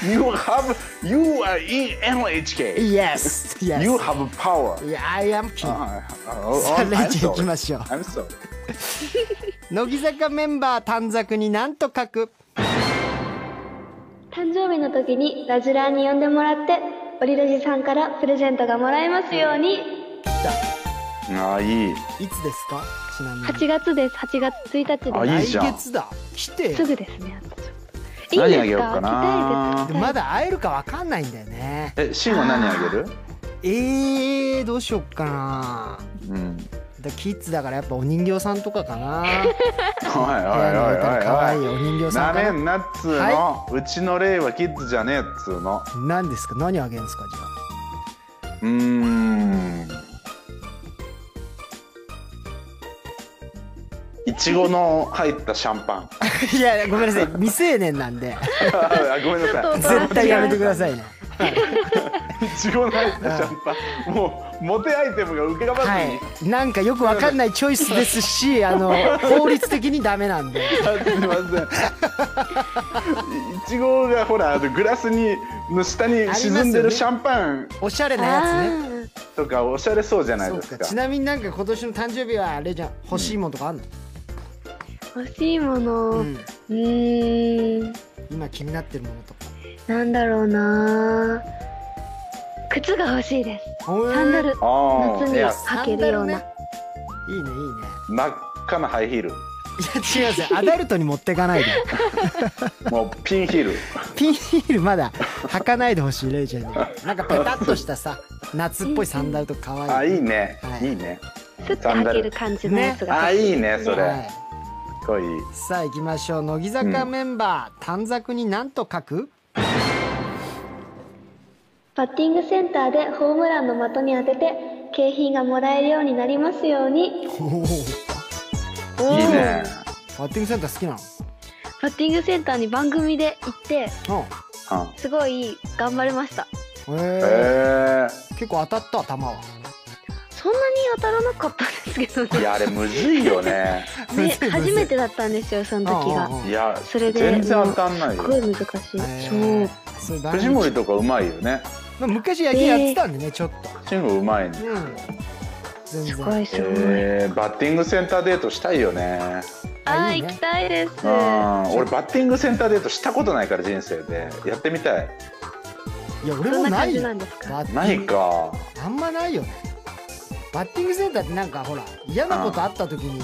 you have you are in NHK.
Yes Yes
You have power.
Yeah, I am king
Uh, oh,
さあ
I'm
レイちゃん行き
sorry.
ましょう
I'm sorry.
乃木坂メンバー短冊に何と書く
誕生日の時にラジラーに呼んでもらってオリラジさんからプレゼントがもらえますように。
あいい。
いつですかちなみに
8月です8月1日です。
あいいじゃん
来月だ来てよ
すぐですね。いい
何あ
で
げ
す
よう
か
かな
来たい
で
です。
まだ会えるかわかんないんだよね
え、シーンは何あげる？
えー、どうしよっかな
うん。
だキッズだからやっぱお人形さんとかかな
はい
部屋に置いたら可
はいはい
愛いお人形さ
なん
か
め
なん
なっつーの。うちのレイはキッズじゃねえっつーの。
何ですか何あげるんですかじゃ
うーん。いちごの入ったシャンパン。
あいやごめんなさい未成年なんで
あごめんなさい。
絶対やめてくださいね
いちごの入ったシャンパン。もうモテアイテムが浮かばずに。
はい、なんかよくわかんないチョイスですし、あの法律的にダメなんで。
あすみません。いちごがほらあのグラスにの下に沈んで
ありますよね
るシャンパン
おしゃれな
あ
や
ー
とかおしゃれそうじゃ
つね。
ない
そう
です
か
か。
ちなみになんか今年の誕生日はレイちゃん欲しいものとかあんの？
欲しいもの。
う。
うんーん。
今気になってるものとか。
なんだろうな靴が欲しいですサンダル
あ
夏
あ、い
に
や
履けるような、
サンダルねいいねいいね。
真っ赤なハイヒール、
いや違う違う。アダルトに持ってかないで。
もうピンヒール。
ピピンヒールまだ履かないでほしいレイちゃんになんかペタッとしたさ夏っぽいサンダルとか可
あ
愛い
いいね、
はい
い、いね
スッて履ける感じのやつが
あ
欲し
いいねそれ、
はい
すごいいい
さあ行きましょう乃木坂メンバー、短冊に何と書く
バッティングセンターでホームランの的に当てて景品がもらえるようになりますように
いいね
バッティングセンター好きな
バッティングセンターに番組で行って
の
うん
すごい頑張れました
うんへ
へ
え
え
結構当たった頭は
そんなに当たらなかったんですけど
い
ね
やあれむずいよね
む
ね
ずいむずい
初めてだったんですよその時が
うんうんうん
いや
それで
全然当たんない
すごい
よ
難し
へ
い、そう
えそういう番
藤
組
森とかうまいよね
まあ昔野球やってたんでね、ちょっ
チームうまいね
とうん全
す
然
ごいすごい、
えー、バッティングセンターデートしたいよね
あ
あいい
ー
ね
行きたいです
うん俺バッティングセンターデートしたことないから人生でやってみたい
いや俺
ど
も
んな
な
感
い
じ
よ
なんですか
バッティング
ないか
あんまないよねバッティングセンターってなんかほら嫌なことあった時に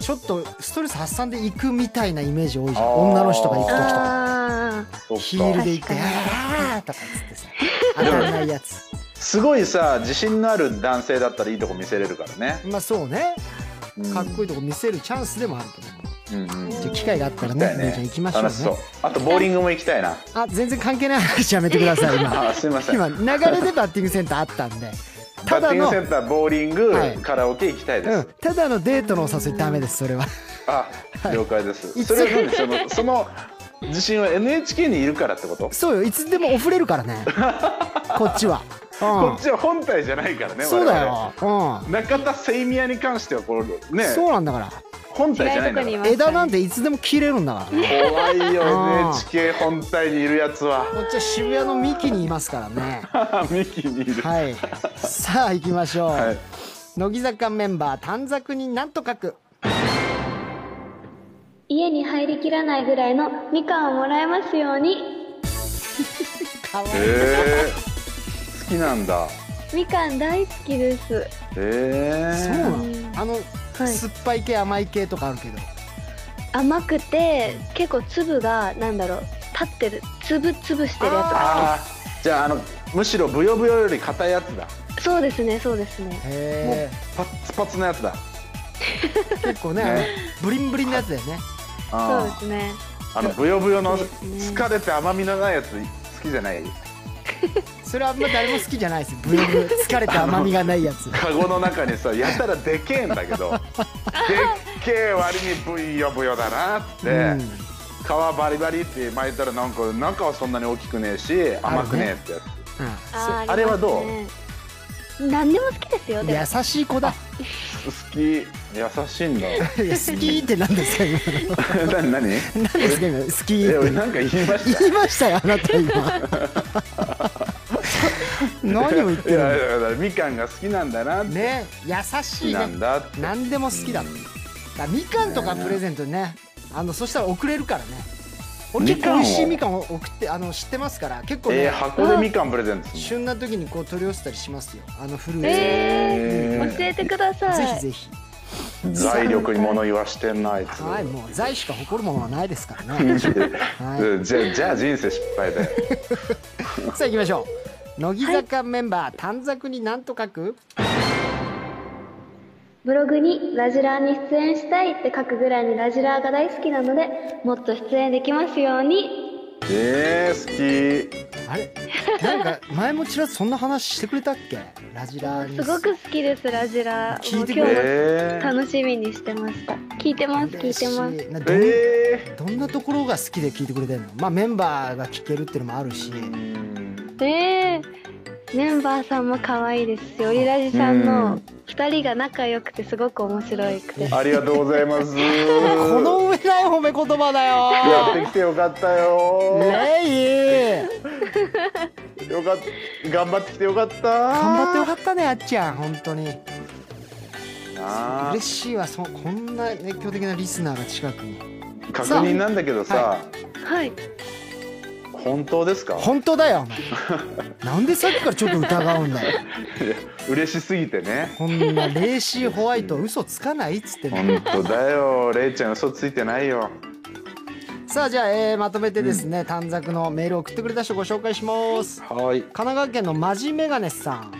ちょっとストレス発散で行くみたいなイメージ多いじゃん
あー
女の人が行く時とか
あー
そっか
ヒールで行って
確かに
「あー」とかっつってさ当たらないやつ
すごいさ自信のある男性だったらいいとこ見せれるからね、
まあそうね
うん
かっこいいとこ見せるチャンスでもあると思う
うんうん
じゃあ機会があったら
行きた
ね
い
姉ちゃん行きましょう
楽しそう
ね
あとボーリングも行きたいな
あ全然関係ない話やめてください 今
あすいません
今流れでバッティングセンターあったんでた
バッ
だ
ティング
の
センターボーリング、
はい
カラオケ行きたいです、
うん、ただのデートのお誘いダメですそれは
あ了解です、
い
それは何その その自信は NHK にいるからってこと、
そうよいつでもオフれるから ねこっちは、うん、
こっちは本体じゃないからね
そうだ
我
よ、う
々中田セイミヤに関してはこうね
ん、そうなんだから
本体じゃないんだか
違い
ら
ましたね
枝なんていつでも切れるんだからね
怖いよ
うん
NHK 本体にいるやつは
こっちは渋谷の幹にいますからね
ミキにいる
はいさあ行きましょう、
はい
乃木坂メンバー短冊になんと書く
家に入りきらないぐらいのみかんをもらえますように
かわいい、
えー、好きなんだ
みかん大好きです
えー、
そうなのあの、
はい
酸っぱい系甘い系とかあるけど
甘くて結構粒がなんだろう立ってる粒粒してるや
あーじゃああのむしろブヨブヨより硬いやつだ
つそうですねそうですね
もう
へ
パッツパツのやつだ
え結構ね
ね
あのブリンブリンなやつだよね
そうで
あ
すね
あのブヨブヨの
そうですね
疲れて甘みのないやつ好きじゃない
それはあんま誰も好きじゃないですブリンブリン疲れて甘みがないやつ
カゴの中にさやたらでけえんだ けどでっけえ割にブヨブヨだなって、
うん
皮バリバリって巻いたらなんか中はそんなに大きくねえし甘くねえってやつ、
う
あー
あれはどう
ありますね何でも好きですよ
ん
でも
優しい子だ
好き優しいん だ
いや好きって何ですか今の
何 何
何ですか今好き
え俺
って
なんか言いました
言いましたよあなた 今何を言ってる
い
の
やいやだからみかんが好きなんだな、
ね優しい
な
ね
んだって
何でも好きだだみかんとかプレゼントねあのそしたら送れるからね俺結構美味しいみ
み
かんを送ってあの知ってますから結構ね、
えー、箱でみかんプレゼントする
旬な時にこう取り寄せたりしますよあのフルーツ、
え
え
ー、
ー
教えてください
ぜひぜひ
の財力に物言わしてんなあいつ
はいもう財しか誇るものはないですから ね
うんじゃじゃあ人生失敗だよ
さあ行きましょう乃木坂メンバー、短冊に何と書く
ブログにラジラーに出演したいって書くぐらいにラジラーが大好きなのでもっと出演できますように
えー、好
あれなんか前もちらっとそんな話してくれたっけラジラーに
すごく好きですラジラー
聞いて
き
く
もう
れ
今日
え
も
ー、
楽しみにしてました聞いてます聞いてます
すどん,、
え
どんなところが好きで聞いてくれてるのまあメンバーが聞けるっていうのもあるし
えー、メンバーさんも可愛いですしオリラジさん
う
の
ん
2人が仲良くてすごく面白くて
ー、ありがとうございます
この上ない褒め言葉だ
やって
よ
きてよかったよ
レイ
よかっ頑張ってきてよかった
頑張ってよ
か
かったねあっちゃん本当に
った
嬉しいわそこんな熱狂的なリスナーが近くに
確認なんだけどさ、
は
はい
本当ですか
本当だよお前なんでさっきからちょっと疑うんだよ
いや嬉しすぎてね
こんなレーシーホワイト嘘つかないっつってんの
本当だよれいちゃん嘘ついてないよ
さあじゃあ、えーまとめてですね、短冊のメールを送ってくれた人ご紹介します、
はい
神奈川県のマジメガネさん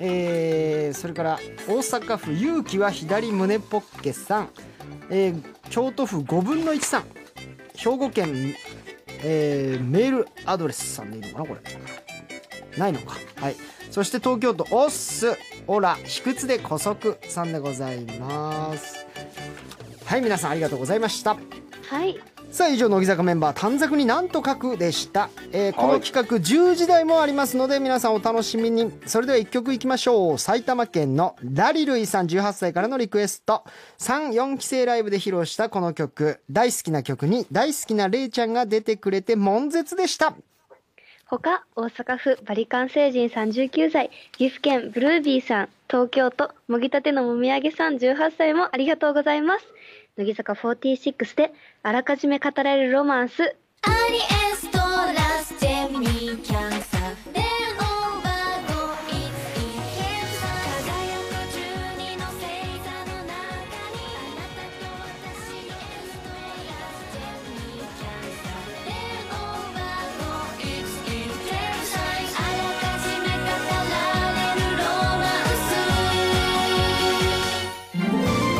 えーそれから大阪府勇気は左胸ポッケさん、えー京都府5分の1さん兵庫県、えーメールアドレスさんでいいのかなこれないのかはいそして東京都オッスオラ卑屈で古速さんでございますはい皆さんありがとうございました
はい
さあ以上乃木坂メンバー短冊になんと書くでした、えーこの企画10時台もありますので皆さんお楽しみにそれでは1曲いきましょう埼玉県のラリルイさん18歳からのリクエスト34期生ライブで披露したこの曲大好きな曲に大好きなレイちゃんが出てくれて悶絶でした
他、大阪府バリカン星人さん19歳、岐阜県ブルービーさん、東京都もぎたてのもみあげさん18歳もありがとうございます。乃木坂46であらかじめ語られるロマンス、
アリエストラスジェミニーキャンサーレンオーバードイツイケンサー輝く12の星座の中にあなたと私のエストラスジェミニーキャンサーレンオーバードイツイケンサーあらかじめ語られるロマンス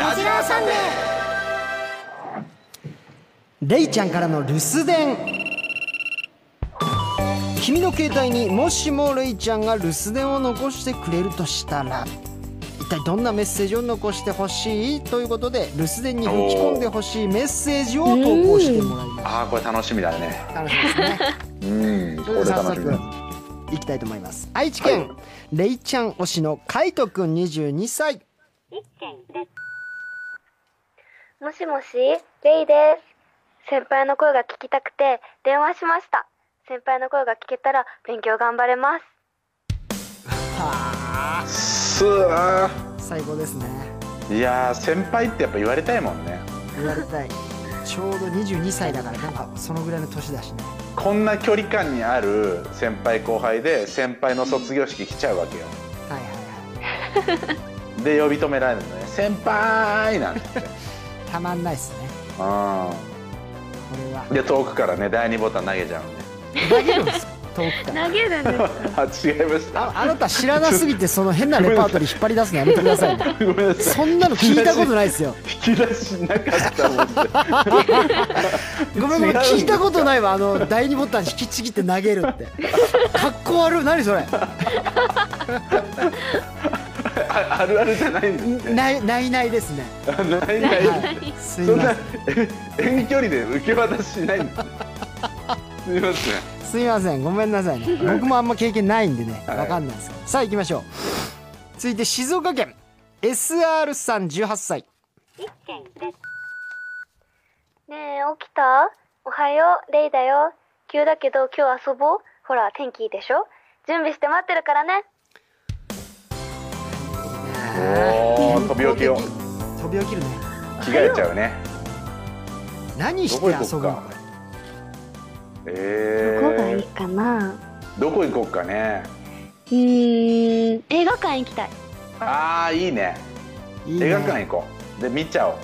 ラジラーサンデーレイちゃんからの留守電君の携帯にもしもレイちゃんが留守電を残してくれるとしたら一体どんなメッセージを残してほしいということで留守電に吹き込んでほしいメッセージを投稿してもらいま
ああこれ楽しみだね
す楽しみですね
うんこ
それ
れ
では早
楽しみ
速いきたいと思います愛知県、レイちゃん推しの海斗くん22歳
もしもし、レイです。先輩の声が聞きたくて電話しました。先輩の声が聞けたら勉強頑張れます。
すー
最高ですね
いやー先輩ってやっぱ言われたいもんね
言われたいちょうど22歳だからなんかそのぐらいの年だしね
こんな距離感にある先輩後輩で先輩の卒業式来ちゃうわけよ
はいはいは
で呼び止められるのね「先輩!」なんて
いたまんないっすね
う
これは
んで遠くからね第二ボタン投げちゃうんで
投げるんです遠くから
投げるんです。
あ違いまし
あ
た
あなた知らなすぎてその変なレパートリー引っ張り出すのやめてくださいね
ごめんなさい
そんなの聞いたことないです よ
引き出しなかったもんで
ごめんごめん
違うんですか
聞いたことないわあの第二ボタン引きちぎって投げるってかっこ悪い何 それ
ああるあるじゃないんですね
ないないないですね
あないない
はいすい
そん
ま
な
せん
え遠距離で受け渡しないんですねすみません
すいませんごめんなさい ね僕もあんま経験ないんでね
はい
わかんないですさあ行きましょう続いて静岡県 SR さん18歳
ねえ、起きたおはよう、レイだよ。急だけど今日遊ぼう。ほら、天気いいでしょ準備して待ってるからね。
おー飛び起きを
飛び起きるね
着替えちゃうね
何して
どこ行
遊
こう
ぶの
か
これ
え
どこがいい
ー、
かな
どこ行こうかね
うーん、映画館行きたい。
ああいいね
いいね
映画館行こうで見ちゃお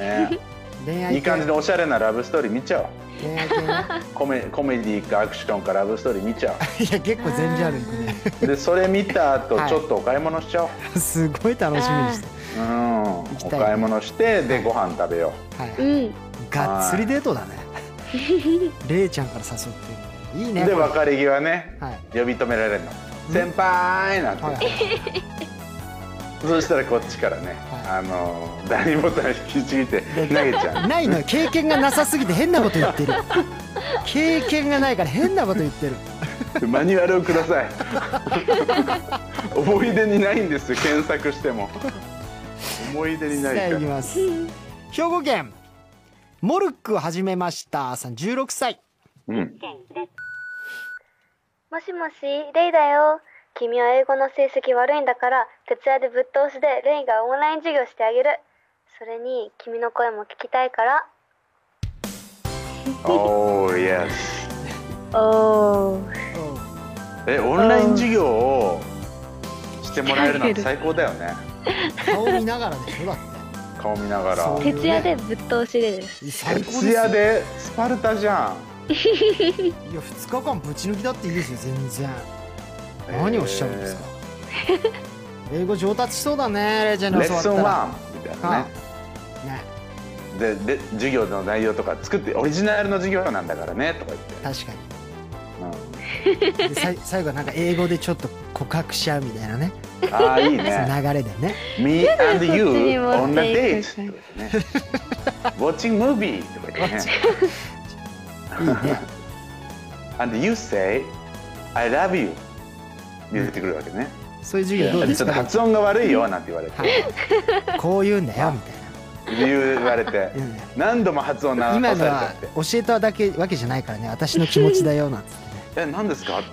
ね
恋愛
いい感じ
の
のおしゃれなラブストーリー見ちゃおう
恋愛系ねい
コメコメディかアクションかラブストーリー見ちゃ
や結構全ジャンル行くね
おうでそれ見た後
はい
ちょっとお買い物しちゃおう、
すごい楽しみにして
うん
き
お
たい
買い物してでご飯食べよ、
はいは
う
い
ん。
がっつりデートだねレイちゃんから誘っていいうね
で
これ
別れ際ね、
はい
呼び止められるの「
うん
先輩!」なんて、
はいはい
そしたらこっちからね、
は
あのー第二ボタン引きちぎ って投げちゃう
ないのよ経験がなさすぎて変なこと言ってる経験がないから変なこと言ってる
で マニュアルをくだ さい思い出にないんです検索しても思い出にない
さあ
か
行
ら
きます兵庫県モルック始めましたさん16歳
うん、
もしもし、レイだよ。君は英語の成績悪いんだから、徹夜でぶっ通しでレイがオンライン授業してあげる。それに、君の声も聞きたいから。
おーイエス
おー。
えオンライン授業をしてもらえるなんて最高だよね
顔見ながらでしょだっ
顔見なが
そ
ら
う
徹夜でぶっ通しでです
て最高です
徹
よ
夜でスパルタじゃん
いや2日間ぶち抜きだっていいですよ全然何をおっしゃるんですか、英語上達しそうだねレイちゃん
レ
に
ッ
教わっ
ス
たら
ン1みたいな
は
ね
いね
でで授業の内容とか作ってオリジナルの授業なんだからねとか
確か
言って、
にでさ い最後はなんか英語でちょっと告白しちゃうみたいなね
うん、ああい
そ
い
の
ね
流れでね
Me and you
そっちに持
on the
ってい
date
く
とか言ってね Watching movie とか言ってね
いいね
And you say I love you 言ってくるわけね
そういう授業どうで
ち
す
ょっと
か、
発音が悪いよなんて言われて
はい、こう言うんだよみたい
言われて
なうん
何度も発音直
今
され
の
ち
は
ゃって
教えただけわけじゃないからね私の気持ちだよなんつってね、
「え何ですか
はい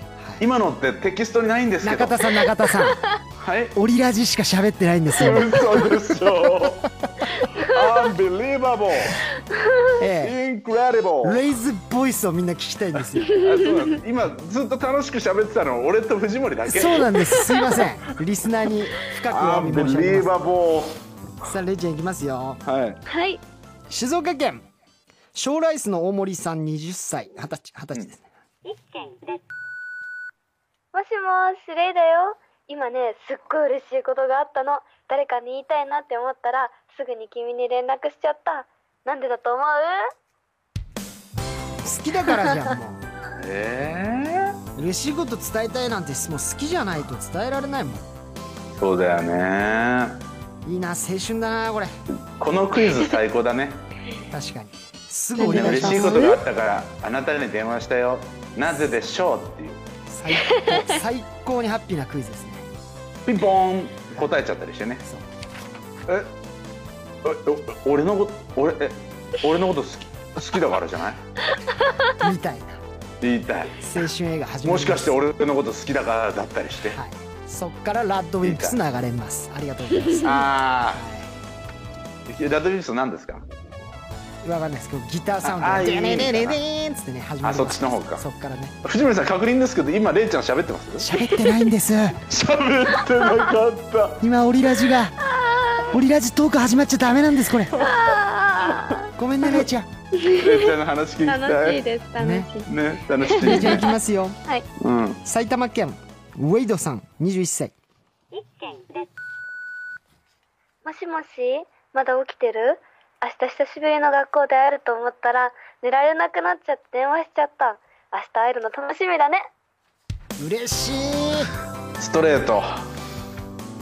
今のってテキストにないんですけど
中」田さん中田さん
はい
オリラジしか喋ってないんですよ、
嘘でしょ Unbelievable!
え
Incredible!
え、レイズボイスをみんな聞きたいん ですよ
あそうなんです今ずっと楽しく喋ってたの俺と藤森だけ
そうなんですすいませんリスナーに深くお詫び申し上げま
Unbelievable!
すさあレイちゃんいきますよ
はい
はい
静岡県ショーライスの大森さん20歳20歳20歳ですね、
もしもしレイだよ今ねすっごい嬉しいことがあったの誰かに言いたいなって思ったらすぐに君に連絡しちゃったなんでだと思う
好きだからじゃんも
え
う嬉しいこと伝えたいなんてもう好きじゃないと伝えられないもん
ー、そうだよね
いいな青春だなこれ
このクイズ最高 だね
確かにすぐ降り出し
嬉
ま
しい
す
ことがあったからあなたに電話したよなぜでしょうっていう
最高最高にハッピーなクイズですね
ピンポーン答えちゃったりしてね
そう
ええお俺のこと俺え俺のこと好き好きだからじゃない
みたいな
言いたい
青春映画始まります
もしかして俺のこと好きだからだったりして
はいそっからラッドウィンプス流れますありがとうござい ます
ああラドリース何ですか
わかんないですけどギターサウン
ああ
ド
いい
でねねね
いいかな
ねーんつってね始まります
あそっちの方か
そっからね
藤森さん確認ですけど今レイちゃん喋ってます
喋ってないんです
喋ってなかっ
今オリラジがオリラジトーク始まっちゃダメなんですこれごめんねレイちゃん
たレイちゃんの話聞きた
楽しい
い
です楽しい、
ね
ね楽しい
レイちゃんい
ね
きますよ
うん
埼玉県ウェイドさん21歳
もしもしまだ起きてる明日久しぶりの学校で会えると思ったら寝られなくなっちゃって電話しちゃった明日会えるの楽しみだね
嬉しい
ストレート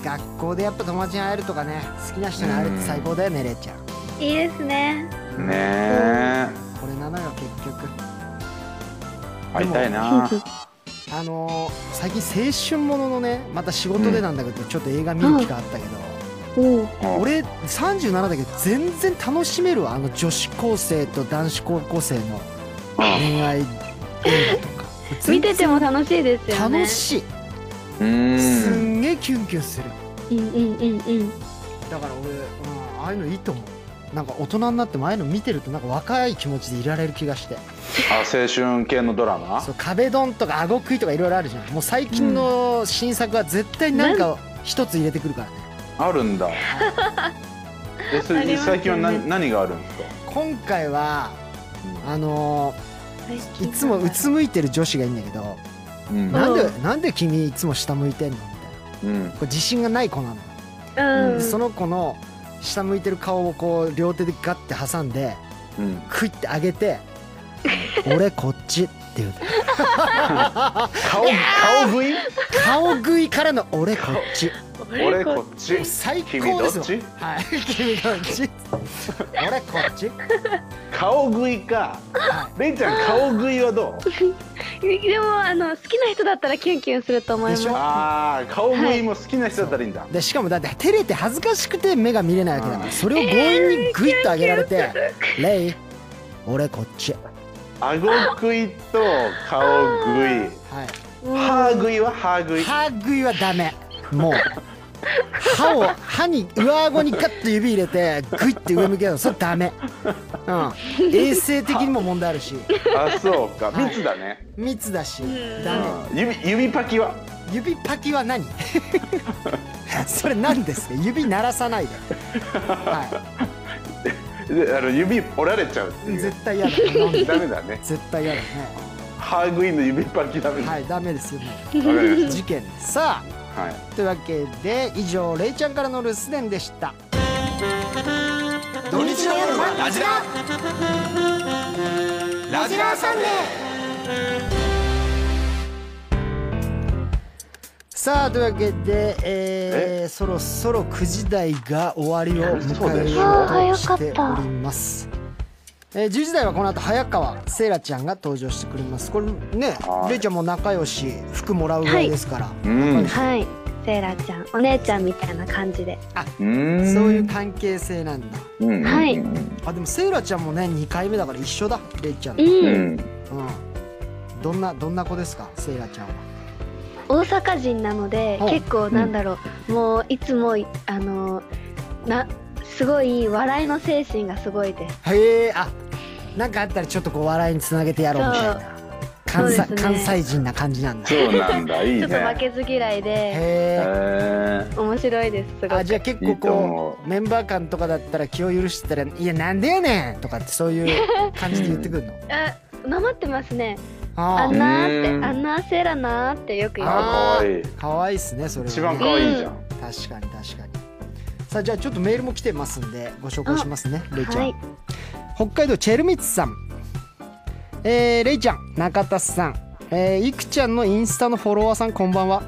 学校でやっぱ友達に会えるとかね好きな人に会えるって最高だよねレイちゃん
いいですね
ねえ
これなのよ結局
会いたいな
あのー最近青春もののねまた仕事でなんだけど、ちょっと映画見る機会あったけど、
おう
うん
俺37だけど全然楽しめるわあの女子高生と男子高校生の恋愛映画とか
見てても楽しいですよね
楽しい、
う
す
ん
んげえキュンキュンする
うんうんうんうん
だから俺、うん、ああいうのいいと思うなんか大人になってもああいうの見てるとなんか若い気持ちでいられる気がして
あ青春系のドラマ
そう壁ドンとか顎食いとかいろいろあるじゃんもう最近の新作は絶対なんか一つ入れてくるからね
あるんだえそ
あり
れ
ますよね
最近は何何があるんですか
今回はあのーいつもうつむいてる女子がいいんだけど
うん
なんで
う
なんで君いつも下向いてんのみたいな
うん
これ自信がない子なのよ、
うん、
でその子の下向いてる顔をこう両手でガッて挟んで
うん
クイッて上げて「俺こっち」って言うの
顔顔食い
顔食いからの「俺こっち
俺こっち」
最高
君
で
どっ
すよ
ち
はい君どっち俺こっち
顔食いか
は
レイちゃん顔食いはどう
でもあの好きな人だったらキュンキュンすると思いま
ですしょ
ああ顔食いも好きな人だったらいいんだ、
でしかもだって照れて恥ずかしくて目が見れないわけだからそれを強引にグイッと上げられて「レイ俺こっち」
顎食いと顔食
はい
い歯食いは歯食い
歯食いはダメもう歯を歯に上顎にガッと指入れてグイって上向けるのそれダメうん衛生的にも問題あるし
あそうか
はい
密だね、
密だしダメ
うん指指パキは
指パキは何 それ何ですか指鳴らさないで、は
で あの指折られちゃうって
い、
いう
絶対嫌だなんで
ダメだね
絶対嫌だね
ハーグインの指パッキダメだ、
はいダメですよね
わかりまし
事件ですさあ
たはい
というわけで以上レイちゃんからの留守電でした
土日の夜はラジララジラサンデー
さあというわけで、えーそろそろ9時台が終わりを
そう
迎
で
え
しょ
ようとしております、えー、10時台はこの後早川せいらちゃんが登場してくれますこれね
はい
れいちゃんも仲良し服もらうぐらいですから、
うん
はいセイラちゃんお姉ちゃんみたいな感じで
うん
そういう関係性なんだ
うんうん
はい
うん
あでもせいらちゃんもね2回目だから一緒だれいちゃん
う、
と、うん
うん
どんなどんな子ですかせいらちゃんは
大阪人なので
はい
結構なんだろう、もういつもあのなすごい笑いの精神がすごいです
へえあなんかあったらちょっとこう笑いにつなげてやろうみたいな
そ
関西,、
そうですね
関西人な感じなんだへ
そうなんだいい
ちょ
ね
っと負けず嫌いで
え
へ
面白いですすご
あ
い
じゃあ結
い
構
いと
こ
思
うメンバー間とかだったら気を許してたら「いやなんでやねん!」とかってそういう感じで言ってくるの、
あなまってますね あ
あ
んなーって
うん
あんなーセーラなーってよ
ー
く言いま
あ可愛い
ーかわいいっすねそれ
一
は、
番
ね、
可愛いじゃん、
確かに確かにさあじゃあちょっとメールも来てますんでご紹介しますねレイ
す
ちゃん、
はい
北海道チェルミツさんえー、レイちゃん中田さんえー、いくちゃんのインスタのフォロワーさんこんばんは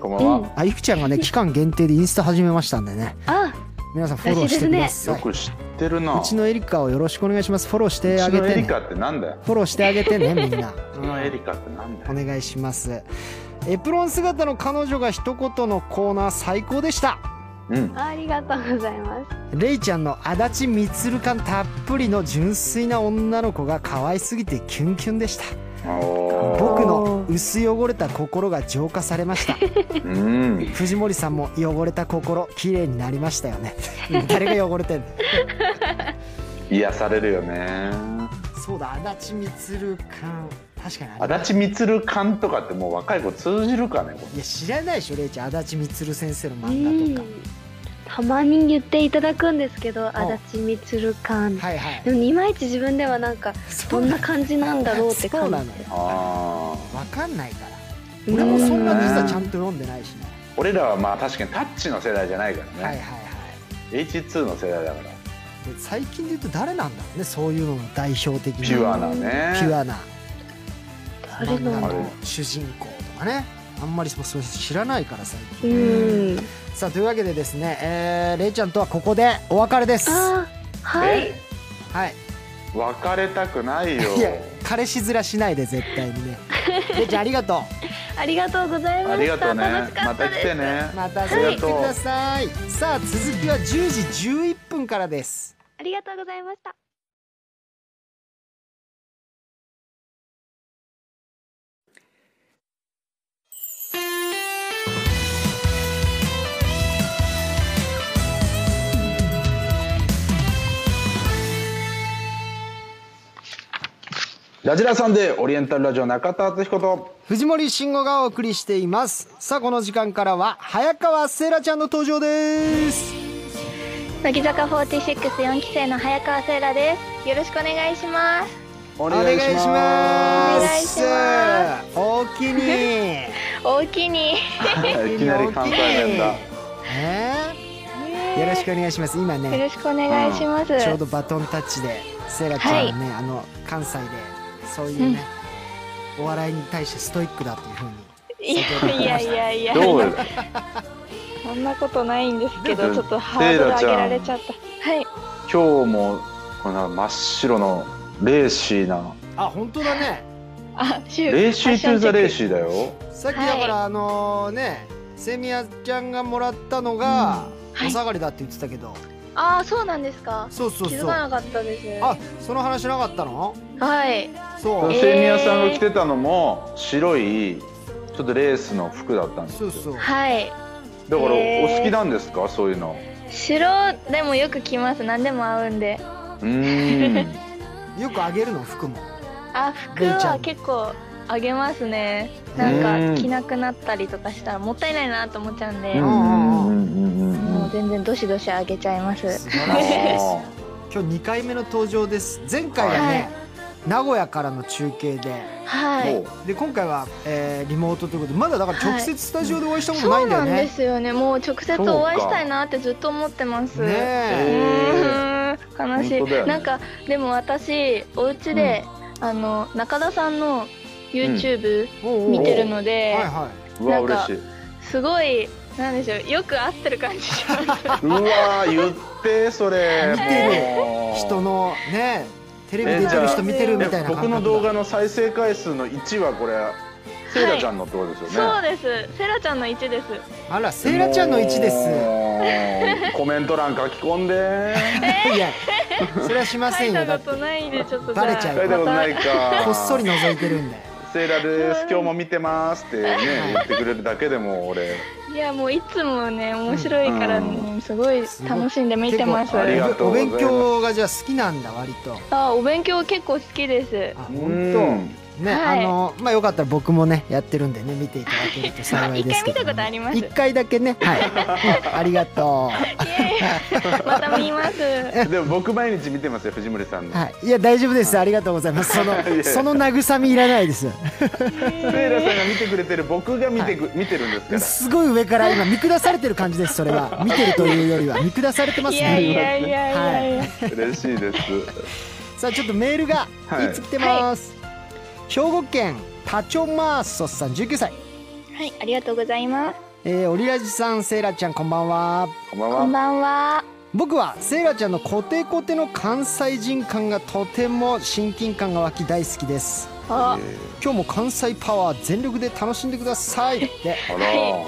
こんばんは、
あいくちゃんがね期間限定でインスタ始めましたんでね
あ
皆さんフォローしてください、
よく知ってるな
うちのエリカをよろしくお願いしますフォローし
う
てあ
ち
げ
の
て、
エ
ね
リ、カってなんだよ
フォローしてあげてねみんな
うちのエリカってなんだ
お
よ
願いしますエプロン姿の彼女が一言のコーナー最高でした
うん
ありがとうございます
レイちゃんの足立満感たっぷりの純粋な女の子が可愛すぎてキュンキュンでした
お
僕の薄汚れた心が浄化されま した
ーうん
藤森さんも汚れた心綺麗になりましたよ ね誰が汚れてんの
癒されるよね
そうだ足立満感確かにあれ
足立満感とかってもう若い子通じるかねこ
いや知らないでしょレイちゃん足立満先生の
う
漫
ん
画と
たまに言っていただくんですけど
あ
足立満感
かはいはい
でもいまいち自分ではなんかどんな感じなんだろうっ
そ
て
う
感
なの
じ
よ
れああ
わかんないから
うん
俺もそんな
ね
実はちゃんと読んでないしね
俺らはまあ確かにタッチの世代じゃないか
は
ら
いはい
ね、
は
H2 の世代だから
いで最近で言うと誰なんだろうねそういうのの代表的な
ピュアなね
ピュアな
誰なん
漫
だ
画
ろう
の主人公とかねあんまりそう知らないから最近
うん
さあというわけでですねえー、れいちゃんとはここでお別れですは
あーはい
え
い
別れたくないよ
いや彼氏面しないで絶対にねれいちゃんありがと
ありがとうございま
ありが
し
と
た
うね
楽しか
ま
ったた
来
で
て
す
ね
うまた遊びに来てくださいさあ続きは10時11分からです
ありがとうございました
ラジラさんでオリエンタルラジオ中田敦彦と
藤森慎吾がお送りしていますさあこの時間からは早川せいらちゃんの登場です
乃木坂464期生の早川せいらですよろしくお願いします
お
お願いします
お願
おおきにえ
おおきに
いきなり関西弁だ
ーよろしくお願いします今
よろ
ね
しくお願いします、
ちょうどバトンタッチでせいらちゃんはね、あの関西でそういうね、お笑いに対してストイックだというふうに
いやいやいやいや
どう
そんなことないんですけ
で
ど
も
ちょっとハードル上げられちゃったはい
今日もこの真っ白のレーシーな
あ本当だね
あシュ
レーシートゥーザレーシ
ー
ーだよ
さっき
はい
だからあのねセミヤちゃんがもらったのが
は
お
い
下がりだって言ってたけど、
ああそうなんですか
そうそう
気づ
そう
かな
あ
かったです
その話なかったの
はい
そう
え
セミヤさんが着てたのも白いちょっとレースの服だったんです
そう
よ
そう
はい
だから
へー
お好きなんですかそういうの
白でもよく着ます何でも合うんで
うーん
よくあげるの服も
あ服
レイちゃ
は
ん
結構あげますねなんか着なくなったりとかしたらもったいないなと思っちゃうんで、
うんうんうんうんうん
もう全然どしどしあげちゃいます。
晴らしいです
あ
今日2回目の登場です前回はね、
はい
名古屋からの中継で
は
ー
い
も。う
で今回は、えーリモートということでまだだから直接スタジオでお会いしたことな
そ
い
うん
だよ
なん
ね、
ですよね。もう直接お会いしたいなってずっと思ってます。
ね
う
え
ーん悲し
本当だよね
い。なんかでも私お家で、あの中田さんの YouTube
おうおう
見てるので、
はいは
うわ
なん
嬉
か
しい。
すごいなんでしょうよく合ってる感じします。
うわー言ってそれ。
見て
もう
い人のねテレビ出てる人見てるみたいな感覚だ
え僕の動画の再生回数の1はこれ、セイラちゃんのってことですよね。
そうです。セラちゃんの1です。
あらセイラちゃんの1です
もう。コメント欄書き込んで。
いやそれはしませ
書
ん
い
よ
た
だ
こ
って
とないんでちょっと
バレちゃう
書いたことないか。
こっそり。覗いてるんで
セイラです。今日も見てますってね言ってくれるだけでも俺
いやもういつもね面白いからね、すごい楽しんで見てます。
ありがと
お
うござい
勉
ます
強がじゃあ好きなんだ割と
あお勉強結構好きです。
あ
う
本
ん
当ね、
はい
あのまあよかったら僕もねやってるんでね見ていただけると幸いですけど、ね、
一回見たことあります
一回だけねはい、う んありがとう
また見ます。
でも僕毎日見てますよ藤森さんの。
はいいや大丈夫ですありがとうございますその
いや
その慰みいらないです
セイラさんが見てくれてる僕が見てく見てるんですから。
すごい上から今見下されてる感じですそれは見てるというよりは見下されてます
い
ね
やいやいやいやいや。
嬉しいです。
さあちょっとメールが
はい
いつ来てます、兵庫県タチョマーソスさん19歳、
はい、ありがとうございます。
えー、オリラジさんセイラちゃんこんばんは
こんばん
こ
は。
んばんは。
僕はセイラちゃんのコテコテの関西人感がとても親近感が湧き大好きです
あ、
今日も関西パワー全力で楽しんでくださいで
あら。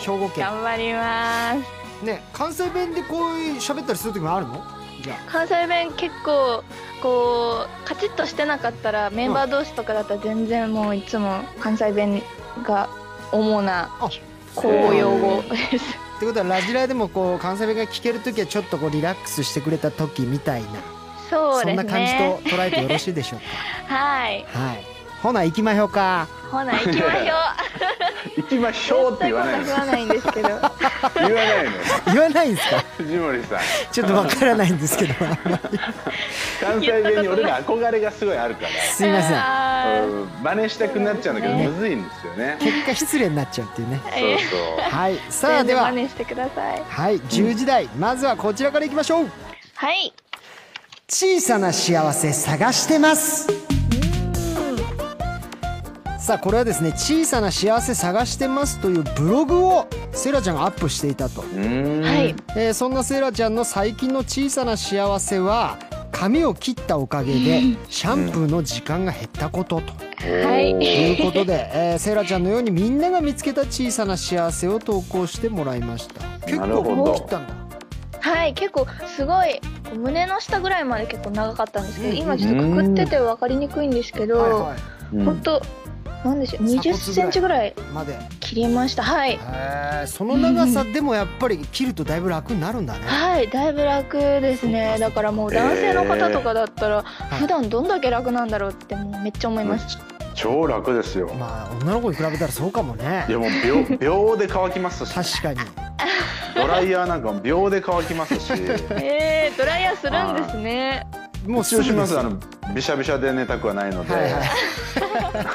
兵庫県
頑張ります。
ね関西弁でこういう喋ったりする時もあるのじゃあ
関西弁結構こうカチッとしてなかったらメンバー同士とかだったら全然もういつも関西弁が主な
あ
公用語です。
ってことはラジラでもこう関西弁が聞ける時はちょっとこうリラックスしてくれた時みたいな
そうで
ん
す
な感じ
ね。
と捉えてよろしいでしょう
はい。
かはいほな行きまひょうか
ほな行きましょう。
行きましょうって言わないの
絶。対こんな言わないんですけ ど。
言わないの。
言わないんですか
藤森さん。
ちょっとわからないんです けど
関西弁に俺ら憧れがすごいあるか
すいません
ら、
あー
うん真似したくなっちゃうんだけど、むずいんですよね。
結果失礼になっちゃうっていうね
そう
はいさあ
全然
では
真似してください。
はい10時台まずはこちらから行きましょう
はい。
小さな幸せ探してますさあこれはですね「小さな幸せ探してます」というブログをセイラちゃんがアップしていたと、
そう。うーん。
はい。
えーそんなセイラちゃんの最近の小さな幸せは髪を切ったおかげでシャンプーの時間が減ったことと
はい。
いうことで、えーセイラちゃんのようにみんなが見つけた小さな幸せを投稿してもらいました結
なる
構
ほど
もう切ったんだ
はい結構すごいこう胸の下ぐらいまで結構長かったんですけど、
うん
今ちょっとくくってて分かりにくいんですけど、
はいは
うん
ほんとなんでしょう
鎖骨ぐら
2
い
0センチぐらい
いまで
切りましたはい、
へーその長さでもやっぱり切るとだいぶ楽になるんだね、
はいだいぶ楽ですねだからもう男性の方とかだったら
ー
普段どんだけ楽なんだろうってもうめっちゃ思います、
超楽ですよ。
まあ女の子に比べたらそうかもね
いやもう秒秒で乾きますし、
確かに
ドライヤーなんかも秒で乾きますし、
えー、ドライヤーするんですね
もう
一応します。あ
は
のびしゃびしゃで寝たくはないので、
いはい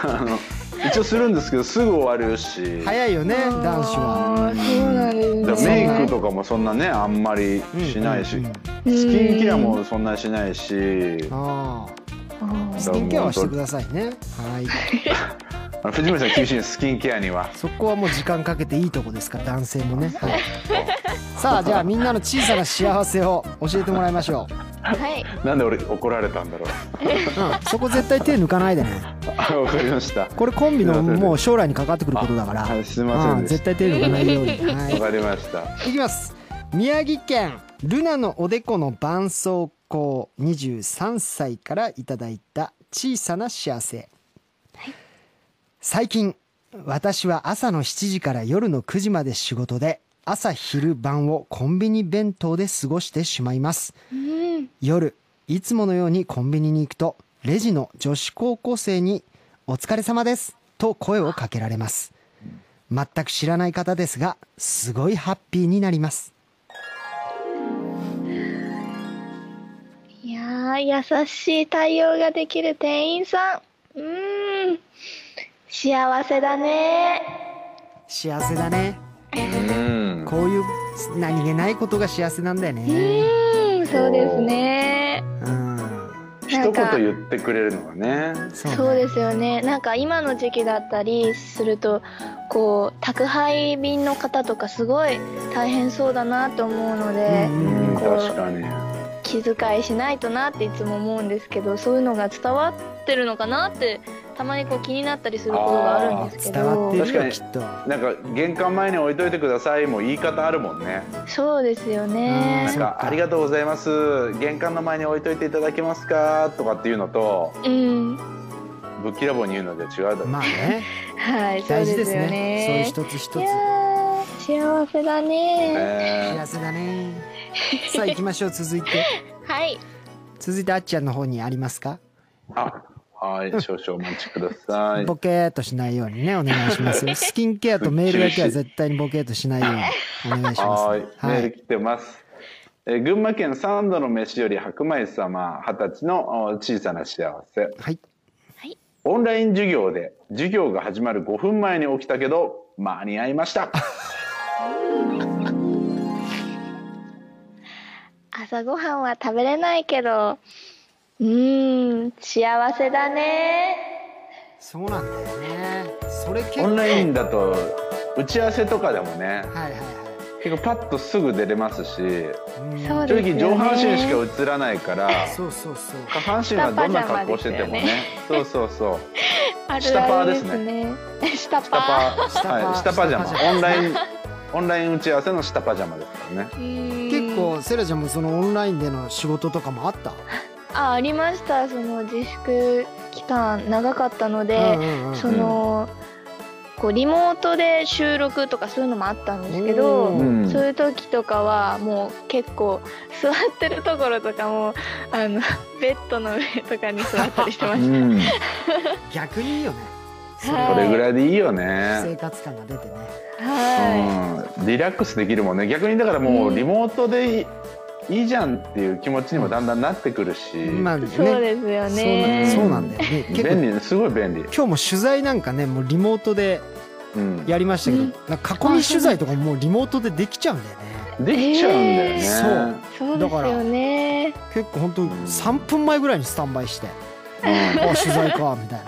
あの一応するんですけどすぐ終わるし、
早いよね男子は
あーそうなんですね
だからメイクとかもそんなねあんまりしないし、
うんうんうん
スキンケアもそんなにしないし、
あ
あ
あ
ー
スキンケアはしてくださいねはい
あの藤森さん厳しいですスキンケアには。
そこはもう時間かけていいとこですから男性もね、はい、さあじゃあみんなの小さな幸せを教えてもらいましょう、
はい
なんで俺怒られたんだろう。
うん、そこ絶対手抜かないでね
あわかりました。わ
これコンビのもう将来にかかってくることだから
はいすいませ
う
んでし
絶
た
対手抜かないように、はい、
かりました。
いきます宮城県ルナのおでこの絆創膏23歳からいただいた小さな幸せ、最近私は朝の7時から夜の9時まで仕事で朝昼晩をコンビニ弁当で過ごしてしまいます、夜いつものようにコンビニに行くとレジの女子高校生に「お疲れ様です」と声をかけられます全く知らない方ですがすごいハッピーになります
あー優しい対応ができる店員さんうーん幸せだね
幸せだね
うん。
こういう何気ないことが幸せなんだよ
う
ね
ーんそうですね
うん
な
一
んか
言言ってくれるのがね。
そうね
そうですよねなんか今の時期だったりするとこう宅配便の方とかすごい大変そうだなと思うので、
うん
うん
うん
確かに。
気遣いしないとなっていつも思うんですけどそういうのが伝わってるのかなってたまにこう気になったりすることがあるんですけ
伝わ
ど
ってる
確か
よ
に
きっと
なんか玄関前に置いといてくださいも言い方あるもんね。
そうですよ
うん
ね
なん
そうか
かありがとうございます。玄関の前に置いといていただけますかとかっていうのと、
うん
ぶっきらぼうに言うので違うだろう。
まあ ね
はいそう
大
で
事です
すよ
ね
ね
そういう一つ一つ
いやー幸せだね
え
幸せだねさあ行きましょう続いて
はい
続いてあっちゃんの方にありますか
ーあ、はい、少々お待ちください。
ボケーっとしないようにねお願いし ますよスキンケアとメールだけは絶対にボケーっとしないようにお願いします
はい、メール来てます。えー群馬県三度の飯より白米様、二十歳のお小さな幸せ。
はい
オンライン授業で授業が始まる5分前に起きたけど間に合いました。
朝ごはんは食べれないけどうーん幸せだね
そうなんだよねそれ 結構
オン
はい
ラインだと打ち合わせとかでもね、
はいは
結構パッとすぐ出れますし、
いうん
そう
正
です
直
よね
上半身しか映らないから、
そうそうそう
下半身はどんな格好しててもね、そうそうそう。
あ
下パーですね
ね下
下
パ
パ、
下パ
はい、下パジャマ。
下パジャマ
オンライン、オンライン打ち合わせの下パジャマですからね。
ーう
結
ん
構セラちゃんもそのオンラインでの仕事とかもあった、
あありましたその自粛期間長かったの
うん
で、
うんうん
その、こうリモートで収録とかそういうのもあったんですけど、
うん
そういう時とかはもう結構座ってるところとかもあのベッドの上とかに座ったりしてま
う
した。
ん、こ
逆にいいよねそ
はい
れぐらいでいいよ
生
ね。
活感が出てね
は
うん、リラックスできるもんね。逆にだからも
う
うんリモートでいい,、いいじゃんっていう気持ちにもだんだんなってくるし、
まあ
い、
ね
そうですよね。
そうなんだよね結構
便利、すごい便利。
今日も取材なんかねもうリモートで
うん、
やりましたけど、なんか囲み取材とかもうリモートでできちゃうんだよね
できちゃうんだよね。
えー
そう
そうですよね。
結構本当3分前ぐらいにスタンバイ して
うん
あ取材かみたい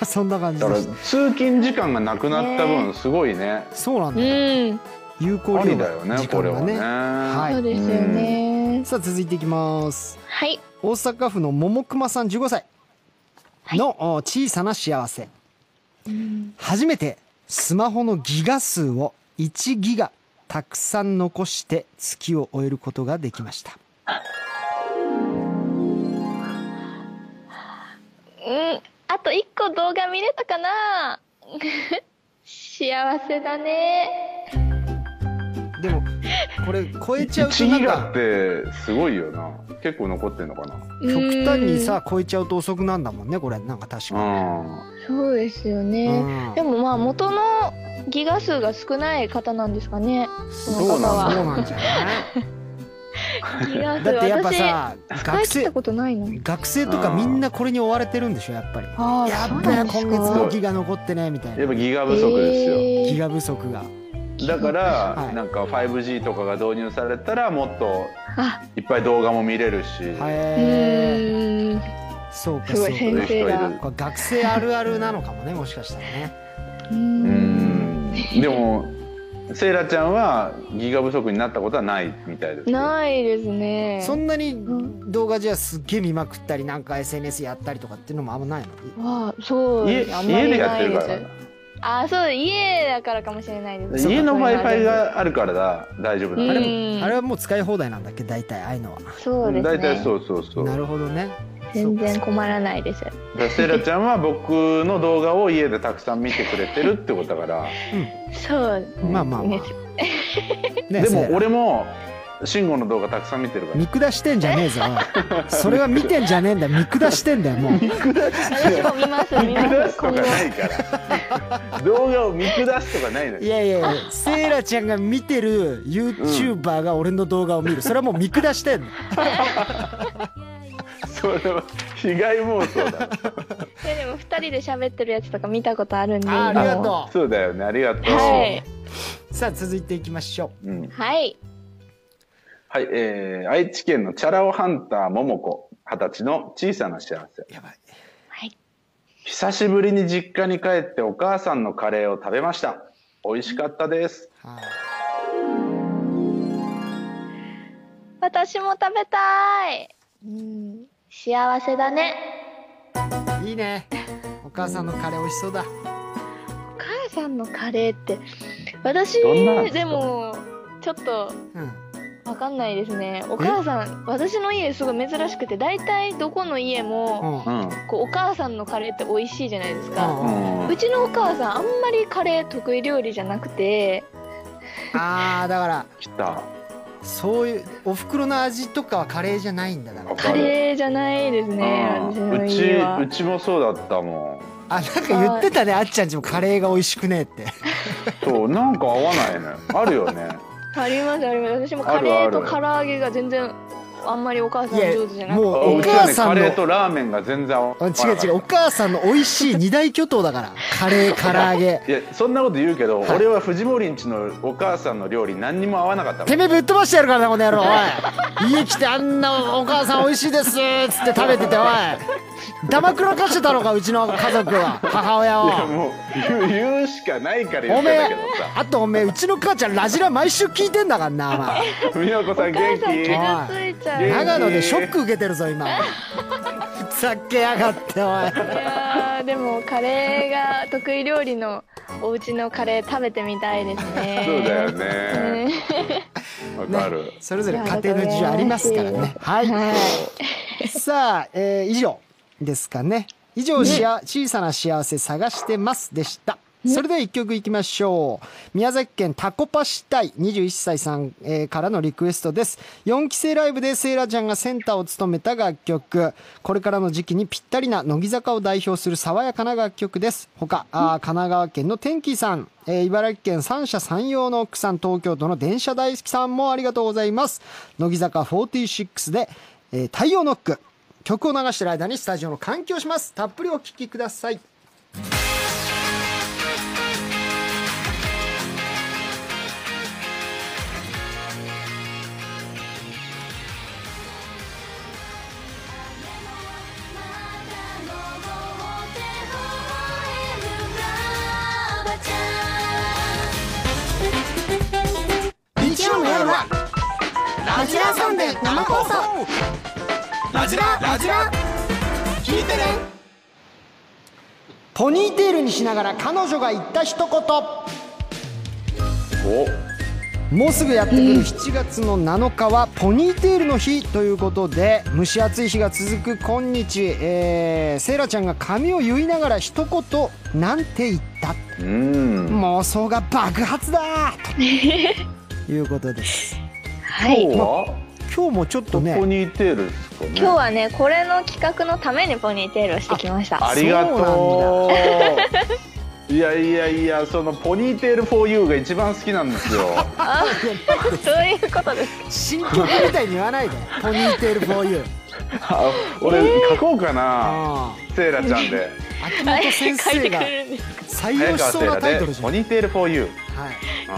なそんな感じ
だか
で
ら
した
通勤時間がなくなった分
ね
すごいね
そうなん
う
だよ
ん、
有効
あ
利
り
用
だよ
時
ね
間
これ
が
は
ね
ね
はい
そうですよね。
さあ続いていきます
はい。
大阪府の桃熊さん15歳のお小さな幸せ、初めてスマホのギガ数を1ギガたくさん残して月を終えることができました
うん、あと一個動画見れたかな 幸せだね。
でもこれ超えちゃうと
1
な
ギ
ん
ガ
か
ってすごいよな結構残ってんのか
極端にさ超えちゃうと遅くなんだもんねこれなんか確か
な
うん。そうですよ
に、
ね。
うん
でもまあ元のギガ数が少ない方なんですか ね。
そ
そうう
な
なんんだ
そうなんじゃな
ギガ
い
数
だってやっぱさ
私
学
使い切った
生
ことないの。
学生とかみんなこれに追われてるんでしょやっぱり
ああ
やっ
そう
ぱ
なん
り
です
今
か
月のギガ残ってねみたい
やっ
な
ぱギガ不足で
えー
ギガ不足が
すよだか
は
ら
い
なんか 5G とかが導入されたらもっと
あ、
いっぱい動画も見れるし
へえ
うーん。
そうか
す
そ
ご
う
い
か
先生が。
これ学生あるあるなのかもねもしかしたらね
う。
うんんでもセイラちゃんはギガ不足になったことはないみたいですよ
ないですね。
そんなに
ん
動画じゃすっげえ見まくったりなんか SNS やったりとかっていうのもあんまないの
わあ、そう。
家
あんま
家で
り
やっ
な
て
い
るか
で
ら
す。あー、そう、家だからかもしれないです。
家の
そう
w
か
i f i。があるからだ大丈夫
う
だね
ん
あれはもう使い放題なんだっけ大体ああいうのは
そうですね。
大体そうそうそう
なるほどね
全然困らないです。
だからセイラちゃんは僕の動画を家でたくさん見てくれてるってことだから、
そう
うん
まあまあまあ
ね
ね
で
せい
も俺も慎吾の動画たくさん見てるから
見下してんじゃねえぞおいそれは見てんじゃねえんだよ 見下してんだよもう
私も見ます見
見
ま
下
す
すとか ないから動画を見下すとかないの
い
よ
やいやいやセイラちゃんが見てる YouTuber が俺の動画を見るそれはもう見下してんの
それは被害妄想だな
いやでも二人で喋ってるやつとか見たことあるんで
あありが
今も
と
そうだよねありがとう、
はい
さあ続いていきましょ
うん、
はい
はいえー、愛知県のチャラ男ハンター桃子二十歳の小さな幸せ
うやばい
久しぶりに実家に帰ってお母さんのカレーを食べました美味しかったです
は
私も食べたいうん幸せだね
あいいねお母さんのカレー美味しそうだ
お母さんのカレーって私
どんなのですか
でもちょっと
うん
わかんないですねお母さん私の家すごい珍しくて大体どこの家
う
も
ん
うんうん
こうお母さんのカレーって美味しいじゃないですか
うん
うちのお母さんあんまりカレー得意料理じゃなくて
あーだから
来た
そういうお袋の味とかはカレーじゃないんだだから
わ
カ
かる
レーじゃないですね
うん
私の
うち
家は
うちもそうだったもん
あなんか言ってたねあっちゃんちもカレーが美味しくねえって
そうなんか合わないねあるよ ね
ありますあります私も
あ
カ
るあ
レ
る
ーと唐揚げが全然あんまりお母さん
いや
上手じゃなくて
もうお
うちは
母
ね
さ
カ
んの
レーとラーメンが全然合わ
あ
な
違
いいう
違うお母さんの美味しい二大巨頭だからカレー唐揚げ
やそんなこと言うけど、
はい
俺は藤森んちのお母さんの料理何にも合わなかったも
て
ん
めえぶっ飛ばしてやるからなこの野郎おい家来てあんなお母さん美味しいですっつって食べてておい黙くらかしてたのかうちの家族は母親
いや
を
もう言う言うしかないから言
お
っ
め
てた
え
けどさ
あとおめえうちの母ちゃんラジラ毎週聞いてんだからなお前
美和子さん
お母
元
さん
気
傷ついち
元
ゃう
気
い
長野でショック受けてるぞ今ふざけやがってお
やーでもカレーが得意料理のお家のカレー食べてみたいです ね
そうだよねわ
い
かる
ね、それぞれ家庭の事情ありますからねはい さあ、えー以上ですかね以上、しあ小さな幸せ探してます」でしたそれでは1曲いきましょう宮崎県タコパしたい21歳さん、えーからのリクエストです4期生ライブでセイラちゃんがセンターを務めた楽曲これからの時期にぴったりな乃木坂を代表する爽やかな楽曲です他あー神奈川県の天気さん、えー茨城県三者三様の奥さん東京都の電車大好きさんもありがとうございます乃木坂46で、えー太陽ノック曲を流してる間にスタジオの換気をしますたっぷりお聴きください
まだ登って微笑むばあちゃん日曜の夜は
ラジラーサンデー生放送ラジララジラ聞いてね
ポニーテールにしながら彼女が言った一言
お
もうすぐやってくる7月の7日はポニーテールの日ということで蒸し暑い日が続く今日、えー、セイラちゃんが髪を結いながら一言なんて言った
うん
妄想が爆発だということです
はい
今日は
今日もちょっと
ポ
ね
ニーテールですかね
今日はねこれの企画のためにポニーテールをしてきました
ありがとういやいやいやそのポニーテール 4U が一番好きな んですよ
そういうことです
新曲みたいに言わないでポニーテール 4U
あ俺書こうかな、
あ
セイラちゃんで
あ秋元先
書い
生
て
が
くれるんです
採
早
用し
川
そう
セイ
な
ラ
タイトル
で
じゃん、
ポ
はい、
ニーテール 4U あ
あ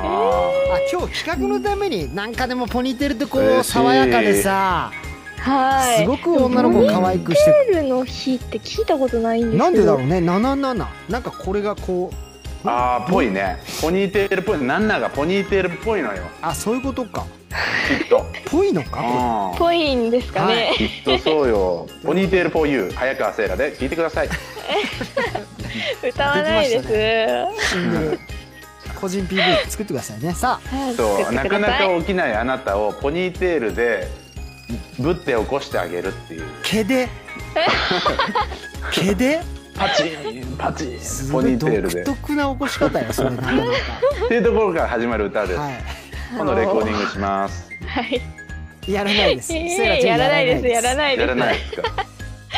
今日企画のためになんかでもポニーテールってこう
嬉しい
爽やかでさ
はい
すごく女の子を可愛くして
ポニーテールの日って聞いたことないんですけど
なんでだろうね77なんかこれがこう
ーあーぽいねポニーテールっぽいなんながポニーテールっぽいのよ
あそういうことか
きっと
ぽいのか
あ
ぽいんですかね、
は
きっとそうよポニーテール 4U 早川セイラで聞いてください
歌わないです。
シングル個人 PV 作ってくださいねさあ
はい
そう
作って
な
く
か
だ
な
さい
か起きないあなたをポニーテールでぶって起こしてあげるっていう
毛で毛で
パチンパチン
す
ポ
ごい
ニーテールで
独
っ
特な起こし方よそれなかな
ていうところから始まる歌です、
かはい
今度レコーディングします
はい。
やらないですセイラちゃ
や
ん
らないです。やら
い
ない
や
で
ら
す。
ないですか
さ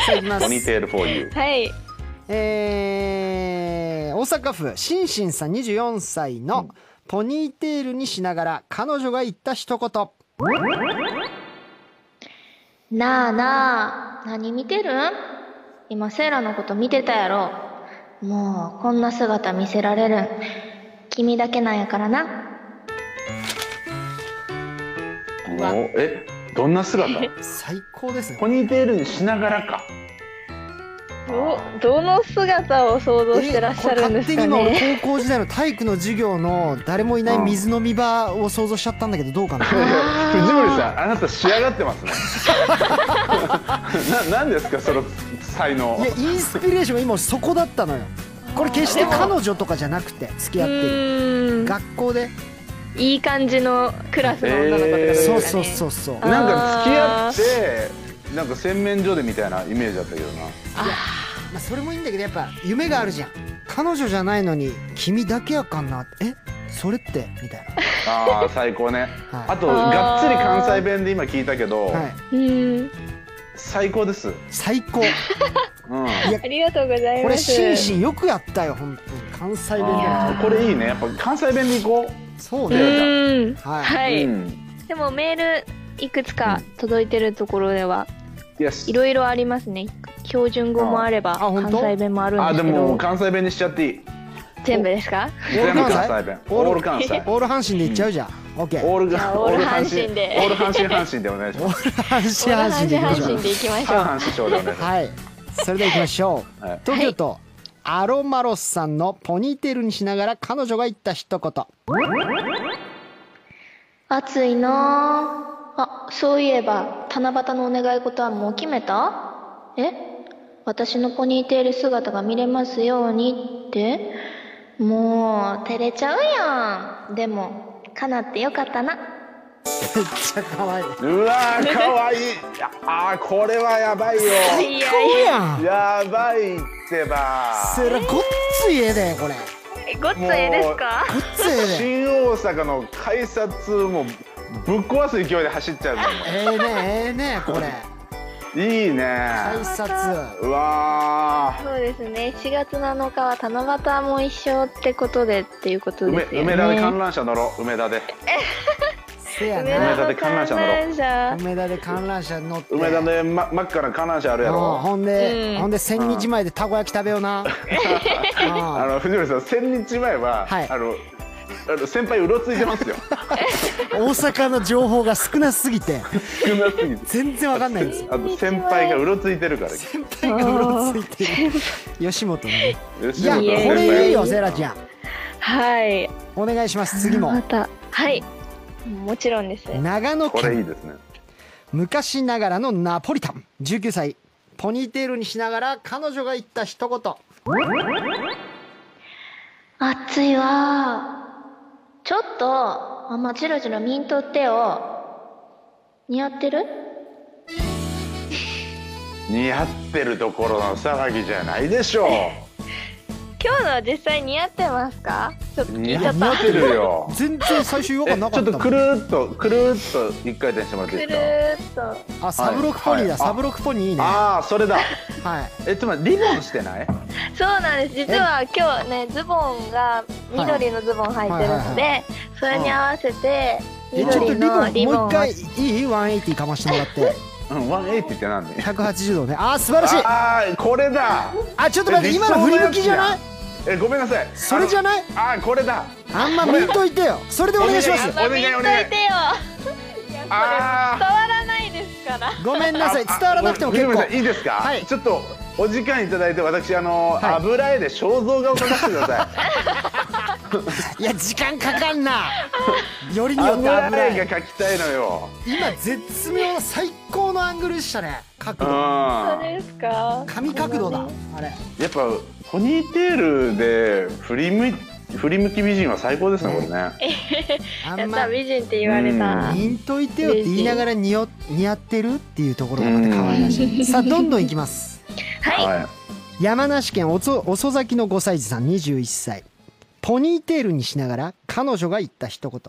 あいきま
ポニー
す
テール 4U
はい。
えー、大阪府しんしんさん24歳のポニーテールにしながら彼女が言った一言
なあなあ、何見てるん今セイラのこと見てたやろ。もう、こんな姿見せられるん。君だけなんやからな。
おえどん な姿
最高ですね
ポニーテールにしながらか
どどの姿を想像してらっしゃるんですか
えこれ
ね
勝手に今俺高校時代の体育の授業の誰もいない水飲み場を想像しちゃったんだけどどうかな
藤森さんあなた仕上がってますね ななんですかその才能
いやインスピレーションが今そこだったのよこれ決して彼女とかじゃなくて付き合
う
ってる
ーん
学校で
いい感じのクラスの女の子とか
えー
ですか
そ
ね
うそうそうそう
あ
なんか付き合ってなんか洗面所でみたいなイメージだったけどな
まあ、それもいいんだけどやっぱ夢があるじゃん彼女じゃないのに君だけやかんなえそれってみたい
あー最高ね、
はい
あと
あー
がっつり関西弁で今聞いたけど、
な、はい、
うーん
最高です、うん、
最高こ
あ
ありがとうございます
れ心身よくやったよ本当に関西弁
ー
で
これいいねやっぱ関西弁でいこ
そう
う
ね
ーん
はい、
はい、
う、うん、
でもメールいくつか届いてるところではい
やし
いろいろありますね標準語もあれば
ああ本
関
当
西弁もあるんで
あ
す
で
け
も
ど
関西弁にしちゃっていい
全部ですか
全部関西弁
オ
オ
ー
ー
ル
ル関西
オール阪神でいっちゃうじゃん、オッケー
オール
じゃ
が
あオール阪神で
オール阪神阪神でお願いし
オ
ます
ール阪
オー
神
ル
阪神でいきま
阪
し
神でいきまし
ょう
ょう
半阪神賞でお願いしま
はいそれでは行きましょう、
はい
東京都、アロマロスさんのポニーテールにしながら彼女が言った一言
暑いなあ。あ、そういえば、七夕のお願い事はもう決めたえ私のポニーテール姿が見れますようにってもう、照れちゃうやん。でも、叶ってよかったな。
めっちゃ可愛い
すうわーかわいいああーこれはやばいよ
いや
そうやん
やばいってば
それごっつい絵だよこれ
ごっつええですか
ごっつい絵だよ
新大阪の改札もぶっ壊す勢いで走っちゃう
ええねええねこれ
もんいいね
改札
うわ
そうですね4月7日は七夕も一緒ってことでっていうことで
ー梅
すよね
梅田で観覧車乗ろう梅田で
せや
梅
な
田
田
で
で
観
観
覧
覧
車
車
乗ろう
梅田で観覧車乗って
梅田でま真っ赤な観覧車あるや
うん
ろ
ほんで、
うん
ほんで千日前でたこ焼き食べような
あ
あ
の藤森さん千日前は、
はい
あのあの先輩うろつい てますよ
大阪の情報が少なすぎて
少なすぎて
全然わかんないんですよ
あと先輩がうろついてるから吉
先輩が うろついてる吉本ね
本
いやこ
先輩
れいいよセラちゃん
はい
お願いします次も
またはいもちろんです
長野
これいい
県
ですね
昔ながらのナポリタン19歳ポニーテールにしながら彼女が言った一言
暑いわちょっとあんまジロジロ見んとってよ似合ってる
似合ってるところの騒ぎじゃないでしょ
今日のは実際似合ってますかちょっと
う
聞
似
いちゃ
合
っ
ったてるよ
全然最初違和
え
感
ち
な
ょっ
かった
と
もん
くるーっとくるーっと一回転してもらって
く
いい
る
ですか
ーっと
あサブロックポニーだ、
はい
サブロックポニーいいねは
ああそれだ
い
えつまりリボンしてない
そうなんです実は今日ねズボンが緑のズボン履いてるので、
は
それに合わせて
えちょっと
緑
リボ
のリ
ン
ボン
もう
を
一回いい180かましてもらって
うん180って何
180度ねあー素晴らしい
ああこれだ
あちょっと待って
え
今の振り向きじゃない
えごめんなさい
それじゃない
ああこれだ
あんま見んといてよそれでお願いします
お願いお願い
見といてよいやこれ伝
あー
わらないですから
ごめんなさい伝わらなくても結
あごめんな
構
さいいいですか、
はい
ちょっとお時間いただいて私あの、
はい
油絵で肖像画を描かせてください
いや時間かかんなよりによって
油
油
絵
絵
が描きたいのよ
今絶妙な最高のアングルでしたね角
うん
度
そうですか
神角度だあれ
やっぱポニーテールで振り向い振り向き美人は最高ですねこれね
あ
や
ん
っ
ま
た美人って言われた
見んといてよって言いながらによ似合ってるっていうところがまた可愛らしいさあどんどんいきます
はい
はい
山梨県おそ遅咲きの5歳児さん21歳ポニーテールにしながら彼女が言った一言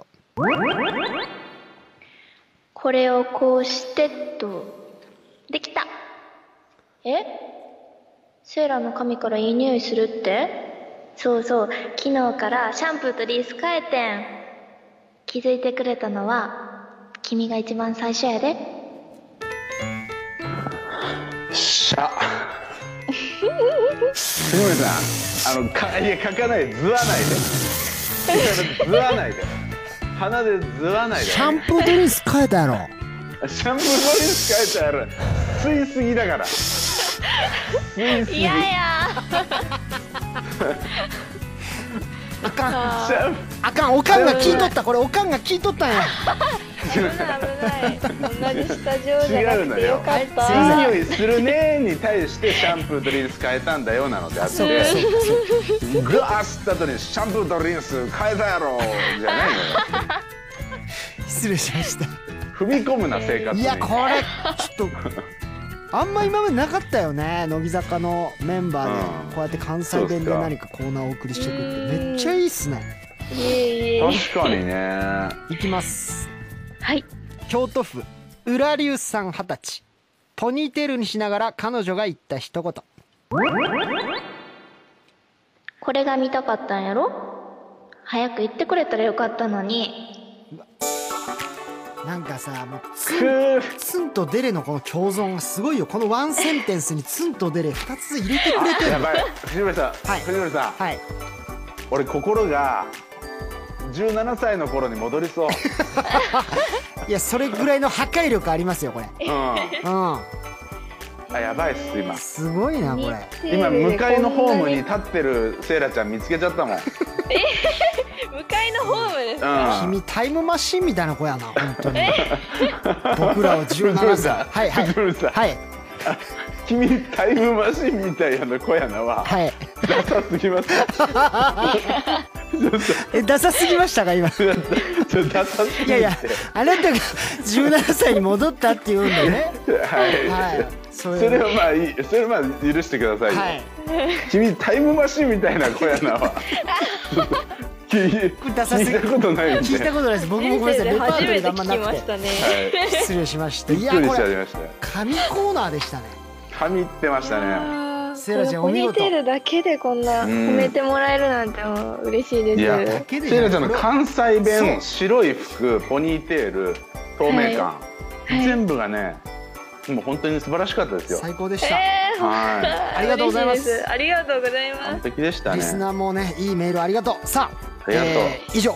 これをこうしてとできたえセーラの髪からいい匂いするってそうそう昨日からシャンプーとリース変えてん気づいてくれたのは君が一番最初やで
しゃ。杉森さん、あの、か、いや、書かない、ずわない で。ずわないで。鼻でずわないで。
シャンプードリンス変えたやろ
シャンプードリンス書いてある。吸いすぎだから。吸いすぎ。
いやいや
あかん
シャンプ
あかんおかんが聞いとったこれおかんが聞いとったんや
危ない危ない同じスタジオじゃなくてよかっ
ーいい
た
匂いするねーに対してシャンプードリンス変えたんだよなのであってグワー吸った後にシャンプードリンス変えたやろじゃないのよ
失礼しました
踏み込むな生活に
いやこれちょっとあんま今までなかったよね乃木坂のメンバー
うん
でこうやって関西弁で
そうっすか
何かコーナーをお送りしていくってめっちゃいいっすね
いえいえ
確かにね
いきます
はい
京都府浦龍さん二十歳ポニーテールにしながら彼女が言った一言
これが見たかったんやろ早く言ってくれたらよかったのに
なんかさもう
く
ツン
ー
ツンとデレのこの共存がすごいよこのワンセンテンスにツンとデレ2つ入れてくれて
や
る
ばい藤森さん、
はい
藤森さん、
はい
俺心が17歳の頃に戻りそう、
いやそれぐらいの破壊力ありますよこれ
うん、
う
あ
ん
やばいっす今
すごいなこれ
今向かいのホームに
向
立ってるセイラちゃん見つけちゃったもん、う
かいのホームです
ん、
君タイムマシンみたいな子やな本当に 僕らを
藤森
17
さ
歳
ん
はいはい
藤森さん、
はい
君タイムマシンみたいな子やなは
はい
ダサす ぎます
えダサすぎましたか今
ちょっとちょっとダサすぎ
い
て
やいやあなたが17歳に戻ったって言うんだよね
はい、
はいそ
それ
は
はまあいいそれはまあ許してくださいよ、
はい
君タイムマシンみたいな子やなはちょっと聞 い
ダサすぎ
聞いたことないんで
聞いたことないです僕もごめんなさいレパートリーがあんまなくて
たね
はい
失礼しました
び
い
っ
や
くり
こ
しちゃい
れ
ましたよ
神コーナーでしたね
髪いってましたね
セイラちゃん
こ
お
のポニ
見
ー
事
テールだけでこんな褒めてもらえるなんてもう嬉しいです
いや
だけで
セイラちゃんの
これ
関西
そう
弁白い服ポニーテール透明感、全部がねもう本当に素晴らしかったですよ
最高でした、
えー
は
ありがとうございます
嬉しですありがとうござい
い完
ます
璧でした
リ
ね
スナーもねいいメールありがとうさあ
ありがとう
ー以上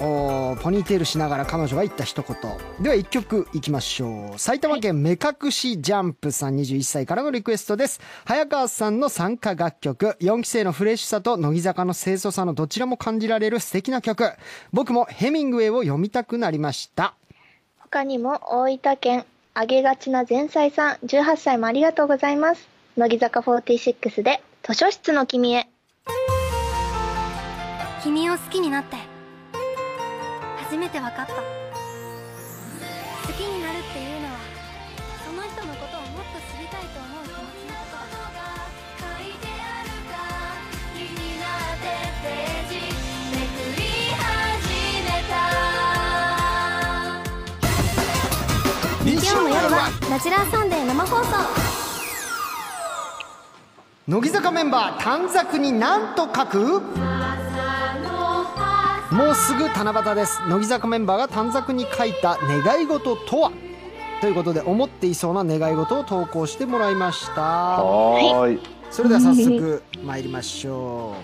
おーポニーテールしながら彼女が言った一言では1曲いきましょう埼玉県目隠しジャンプさん21歳からのリクエストです早川さんの参加楽曲4期生のフレッシュさと乃木坂の清楚さのどちらも感じられる素敵な曲僕もヘミングウェイを読みたくなりました
他にも大分県あげがちな前菜さん18歳もありがとうございます乃木坂46で図書室の君へ
君を好きになって初めて分かった好きになるっていうのはその人のことをもっと知りたいと思う気持ちのことが書いてあるか気になってページめくり始めた
日曜の夜は
ラジラーサンデー生放送
乃木坂メンバー短冊になんと書くもうすぐ七夕です乃木坂メンバーが短冊に書いた願い事とはということで思っていそうな願い事を投稿してもらいました
はーい
それでは早速参りましょ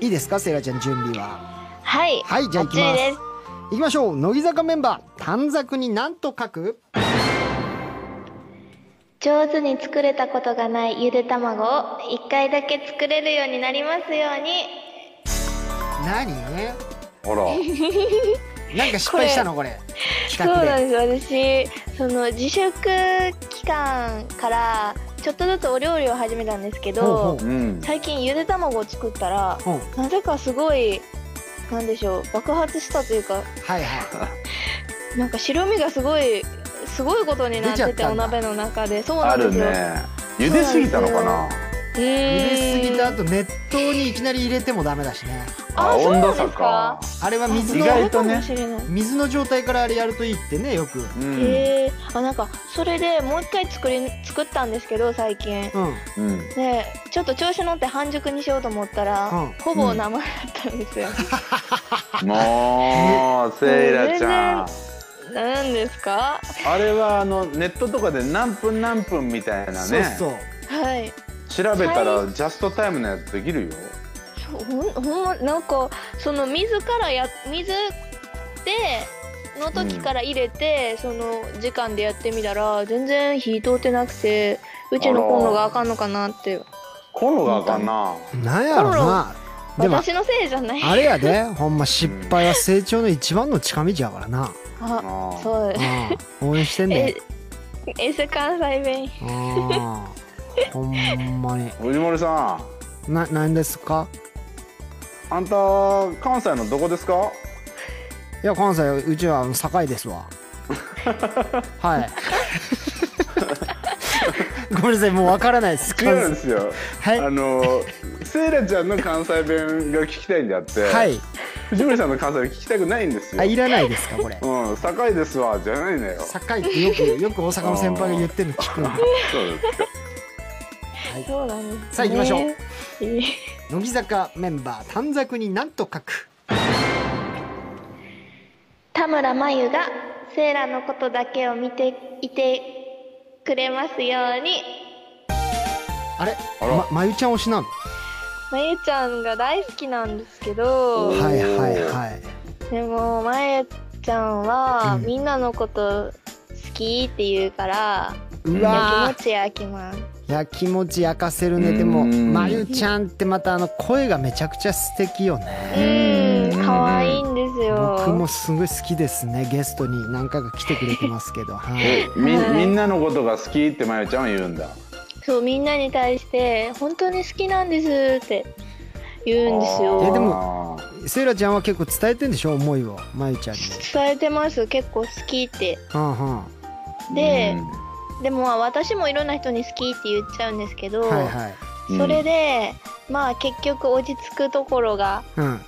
ういいですかセイラちゃん準備は
はい
はいじゃあ行きますいきましょう乃木坂メンバー短冊になんと書く
上手に作れたことがないゆで卵を1回だけ作れるようになりますように
何
ほら
なんか失敗したのこれ
そう
企画
な
で
んです私その自粛期間からちょっとずつお料理を始めたんですけど
ほうほ
うん
最近ゆで卵を作ったら
うんはい
なぜかすごいなんでしょう爆発したというか
はい
なんか白身がすごいすごいことになっ
出ちゃ
て
った
て
んだ
お鍋の中でそうな
あ
んで
る
すよ
ね茹ですぎたのかな
茹
茹ですぎた後熱湯にいきなり入れてもダメだしね
あ
あ
そうな
温
ん
度
です
差
か
か
あれは水の
意外とね
そうかもしれない
水の状態からあれやるといいってねよく
うん
へえあなんかそれでもう一回作り作ったんですけど最近
うん
うん
でちょっと調子乗って半熟にしようと思ったら、
うん
ほぼ生だったんですよ、
もうセイラちゃん
何ですか
あれはあのネットとかで何分何分みたいな
そう
ね
そう
はい
調べたらジャストタイムのやつできるよ
ほんほんまなんかその水からや水での時から入れて、その時間でやってみたら全然火通ってなくてうちのコンロがあかんのかなって
コンロがあかんな
なんやろなでも
私のせいじゃない
あれやでほんま失敗は成長の一番の近道やからな、
あ
あー
そう
うん、応援してんね
え S 関西弁
うんほんまに
藤森さん
な何ですか
あんた関西のどこですか
いや関西うちはあの堺です わはいごめんなさいもうわからないです
違
関
う
西
んですよ
はい
あのセイラちゃんの関西弁が聞きたいんであって、
はい
藤森さんの関西弁聞きたくないんですよ
あいらないですかこれ
うん、高いですわじゃないのよそう
堺ってよくよく大阪の先輩が言ってるの聞くんで
ですか
そうなんです、ね、
さあ行きましょう
う
乃木坂メンバー短冊になんと書く
田村真由がセイラのことだけを見ていてくれますように
あれ
あら
ままゆちゃん推しなの
まゆちゃんが大好きなんですけど
ー
はいはいはい
でもまゆちゃんは
うん
みんなのこと好きって言うから、
う
や
わ
きもち焼きます
ーいや気持ち焼かせるねで
う
も
ーん
まゆちゃんってまたあの声がめちゃくちゃ素敵よね
うん可愛いんですよ
僕もすごい好きですねゲストに何回か来てくれてますけどはい
えみみんなのことが好きってまゆちゃんは言うんだ
そうみんなに対して本当に好きなんですって言うんです
あー
えで
よ
もセイラちゃんは結構伝えてんでしょ思いをまゆちゃんに
伝えてます結構好きって
はんは
で
うん
でもまあ私もいろんな人に好きって言っちゃうんですけど、
んはいはい
それでまあ結局落ち着くところが
うん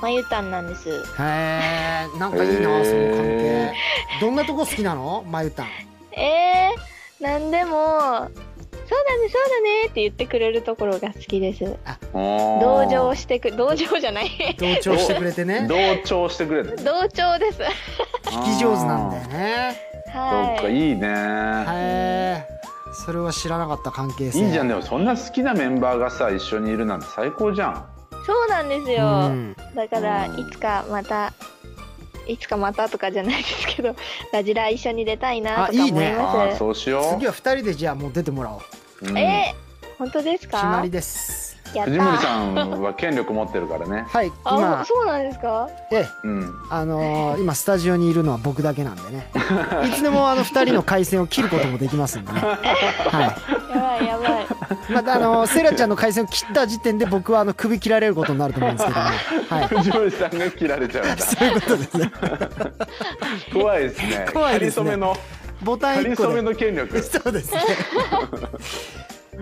まゆたんなんです
へえなんかいいなその関係
へ
どんなとこ好きなのまゆたん
えー、なんでも「そうだねそうだね」って言ってくれるところが好きです同
同
情してく同情じゃない
同調してくれてね
同調してくれた
同調ですは
聞き上手なんだよね
そっか
い
いいね、
へえそれは知らなかった関係性
いいじゃんでもそんな好きなメンバーがさ一緒にいるなんて最高じゃん
そうなんです
う
よ、
ん
だから
うん
いつかまたいつかまたとかじゃないですけどラジラ一緒に出たいなとか
あい
思
い
い
ね
あ
ま
あ
す
そうしよ
次は二人でじゃあもう出てもらおう
う、うん
えー、本当です
決ま
か
りです
やった
藤森さんは権力持ってるからね
はい
あ
今
そうなんですか
ええ
うん
あの ー今スタジオにいるのは僕だけなんでねいつでもあの二人の回線を切ることもできますんでねはい
やばいやばい
またあのセイラちゃんの回線を切った時点で僕はあの首切られることになると思うんですけども、 はい、
藤森さんが切られちゃうんだ
そういうことですね。
怖いですね
怖いですね
仮染めの
ボタン
仮
一個
染
で。
めの権力
そうですね。